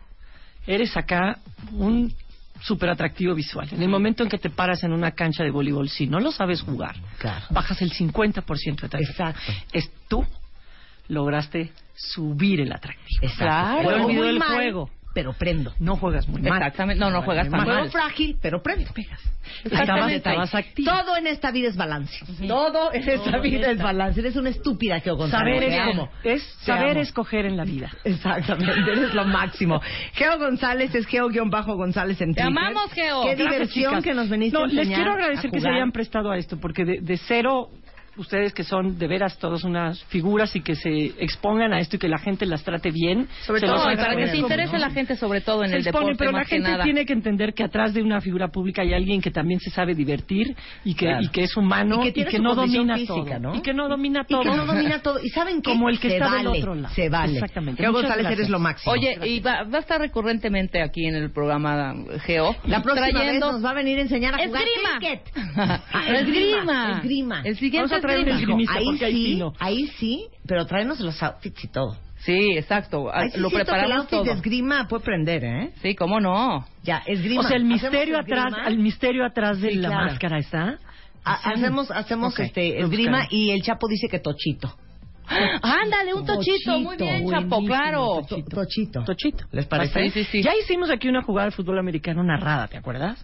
Speaker 4: eres acá un súper atractivo visual. En el momento en que te paras en una cancha de voleibol, si no lo sabes jugar,
Speaker 6: Claro.
Speaker 4: bajas el 50% de atractivo.
Speaker 6: Exacto.
Speaker 4: Es tú lograste subir el atractivo.
Speaker 6: Exacto.
Speaker 5: Claro.
Speaker 6: Juego
Speaker 4: Olvidó
Speaker 6: muy
Speaker 4: el
Speaker 6: mal,
Speaker 4: juego.
Speaker 6: Pero prendo.
Speaker 4: No juegas muy mal.
Speaker 5: Exactamente. No, no juegas tan
Speaker 4: Mal.
Speaker 6: Juego
Speaker 5: mal.
Speaker 6: frágil, pero prendo.
Speaker 4: Estabas, estabas activo.
Speaker 6: Todo en esta vida es balance. Todo en esta vida es balance. Eres una estúpida, Geo González.
Speaker 4: Saber,
Speaker 6: Te
Speaker 4: es
Speaker 6: amo.
Speaker 4: es
Speaker 6: Te
Speaker 4: saber
Speaker 6: amo.
Speaker 4: escoger en la vida.
Speaker 6: Exactamente, eres lo máximo. Geo González es Geo-González en Twitter.
Speaker 5: Te amamos, Geo.
Speaker 6: Qué
Speaker 5: Gracias,
Speaker 6: diversión
Speaker 4: chicas.
Speaker 6: que nos veniste
Speaker 4: No,
Speaker 6: a enseñar
Speaker 4: les quiero agradecer
Speaker 6: a
Speaker 4: que se
Speaker 6: jugar.
Speaker 4: hayan prestado a esto, porque de, de cero, ustedes que son de veras todos unas figuras y que se expongan a esto y que la gente las trate bien.
Speaker 6: Sobre
Speaker 4: se
Speaker 6: todo
Speaker 4: los
Speaker 5: No, y para que
Speaker 4: agradezco,
Speaker 5: se interese
Speaker 4: ¿no?
Speaker 5: la gente, sobre todo en
Speaker 4: Se
Speaker 5: el
Speaker 4: expone,
Speaker 5: deporte,
Speaker 4: pero la
Speaker 5: más que
Speaker 4: gente
Speaker 5: nada.
Speaker 4: tiene que entender que atrás de una figura pública hay alguien que también se sabe divertir y que, y que es humano
Speaker 6: Y que
Speaker 4: y que,
Speaker 6: tiene su
Speaker 4: no
Speaker 6: condición
Speaker 4: domina
Speaker 6: física,
Speaker 4: todo.
Speaker 6: ¿no?
Speaker 4: Y que no domina
Speaker 6: Y
Speaker 4: todo.
Speaker 6: que no
Speaker 4: <laughs>
Speaker 6: domina todo. ¿Y saben qué?
Speaker 4: Como el que
Speaker 6: se
Speaker 4: está del
Speaker 6: vale,
Speaker 4: otro lado.
Speaker 6: Se vale.
Speaker 4: Exactamente.
Speaker 6: Geo
Speaker 4: Muchas
Speaker 6: González,
Speaker 4: gracias.
Speaker 6: eres lo máximo.
Speaker 5: Oye, y va, va a estar recurrentemente aquí en el programa eh, Geo.
Speaker 6: la próxima
Speaker 5: trayendo...
Speaker 6: vez
Speaker 5: <laughs>
Speaker 6: nos va a venir a enseñar a jugar
Speaker 5: Esgrima.
Speaker 6: cricket.
Speaker 5: Ah,
Speaker 6: Esgrima.
Speaker 5: esgrima.
Speaker 6: Esgrima.
Speaker 5: El siguiente
Speaker 4: Vamos a traer un
Speaker 5: esgrima.
Speaker 4: esgrimista,
Speaker 6: Ahí
Speaker 4: porque ahí sí
Speaker 6: sí,
Speaker 4: no.
Speaker 6: ahí sí, pero tráenos los outfits y todo.
Speaker 5: Sí, exacto. Ah,
Speaker 6: Ahí sí
Speaker 5: Lo
Speaker 6: siento que el
Speaker 5: preparamos
Speaker 6: outfit de
Speaker 5: todo.
Speaker 6: esgrima puede prender, ¿eh?
Speaker 5: Sí, cómo no.
Speaker 6: Ya, esgrima.
Speaker 4: O sea, el
Speaker 6: Hacemos
Speaker 4: misterio atrás,
Speaker 6: esgrima.
Speaker 4: el misterio atrás de
Speaker 6: Sí,
Speaker 4: la
Speaker 6: claro.
Speaker 4: máscara está.
Speaker 6: Ha- hacemos hacemos
Speaker 4: Ok,
Speaker 6: este
Speaker 4: lo
Speaker 6: esgrima
Speaker 4: buscaré.
Speaker 6: y el Chapo dice que tochito.
Speaker 5: Ándale, un tochito. Muy bien, Chapo,
Speaker 4: buenísimo,
Speaker 5: claro.
Speaker 6: To- Tochito.
Speaker 4: Tochito.
Speaker 6: ¿Les parece?
Speaker 4: Bastante.
Speaker 5: Sí, sí, sí.
Speaker 4: Ya hicimos aquí una jugada de fútbol americano narrada, ¿te acuerdas?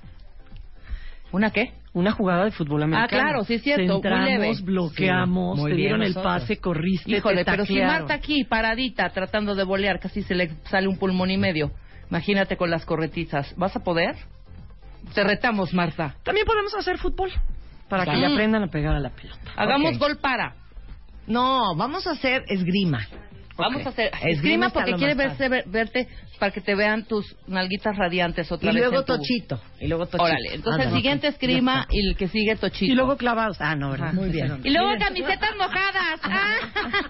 Speaker 5: ¿Una qué?
Speaker 4: Una jugada de fútbol americano.
Speaker 5: Ah, claro, sí es cierto, muy leve.
Speaker 4: Centramos, bloqueamos,
Speaker 6: Sí, muy
Speaker 4: te
Speaker 6: bien
Speaker 4: dieron el
Speaker 6: nosotros.
Speaker 4: pase, corriste,
Speaker 5: Híjole,
Speaker 4: te
Speaker 5: pero si
Speaker 4: taclearon.
Speaker 5: Marta aquí, paradita, tratando de bolear, casi se le sale un pulmón y medio. Imagínate con las corretizas. ¿Vas a poder? Te retamos, Marta.
Speaker 4: También podemos hacer fútbol para que
Speaker 5: Claro.
Speaker 4: le aprendan a pegar a la pelota.
Speaker 5: Hagamos
Speaker 6: Ok.
Speaker 5: gol para.
Speaker 6: No, vamos a hacer esgrima.
Speaker 5: Vamos a hacer
Speaker 6: Esgrima
Speaker 5: esgrima
Speaker 6: está
Speaker 5: porque
Speaker 6: lo
Speaker 5: quiere
Speaker 6: más
Speaker 5: verse, ver- verte para que te vean tus nalguitas radiantes otra
Speaker 6: Y
Speaker 5: vez.
Speaker 6: luego
Speaker 5: en tu-
Speaker 6: tochito. Y luego tochito.
Speaker 5: Órale, entonces el
Speaker 6: Ándale.
Speaker 5: siguiente esgrima y el que sigue tochito.
Speaker 4: Y luego clavados. Ah, no, ¿verdad?
Speaker 6: Ajá. Muy bien.
Speaker 5: Y luego camisetas Ah. mojadas.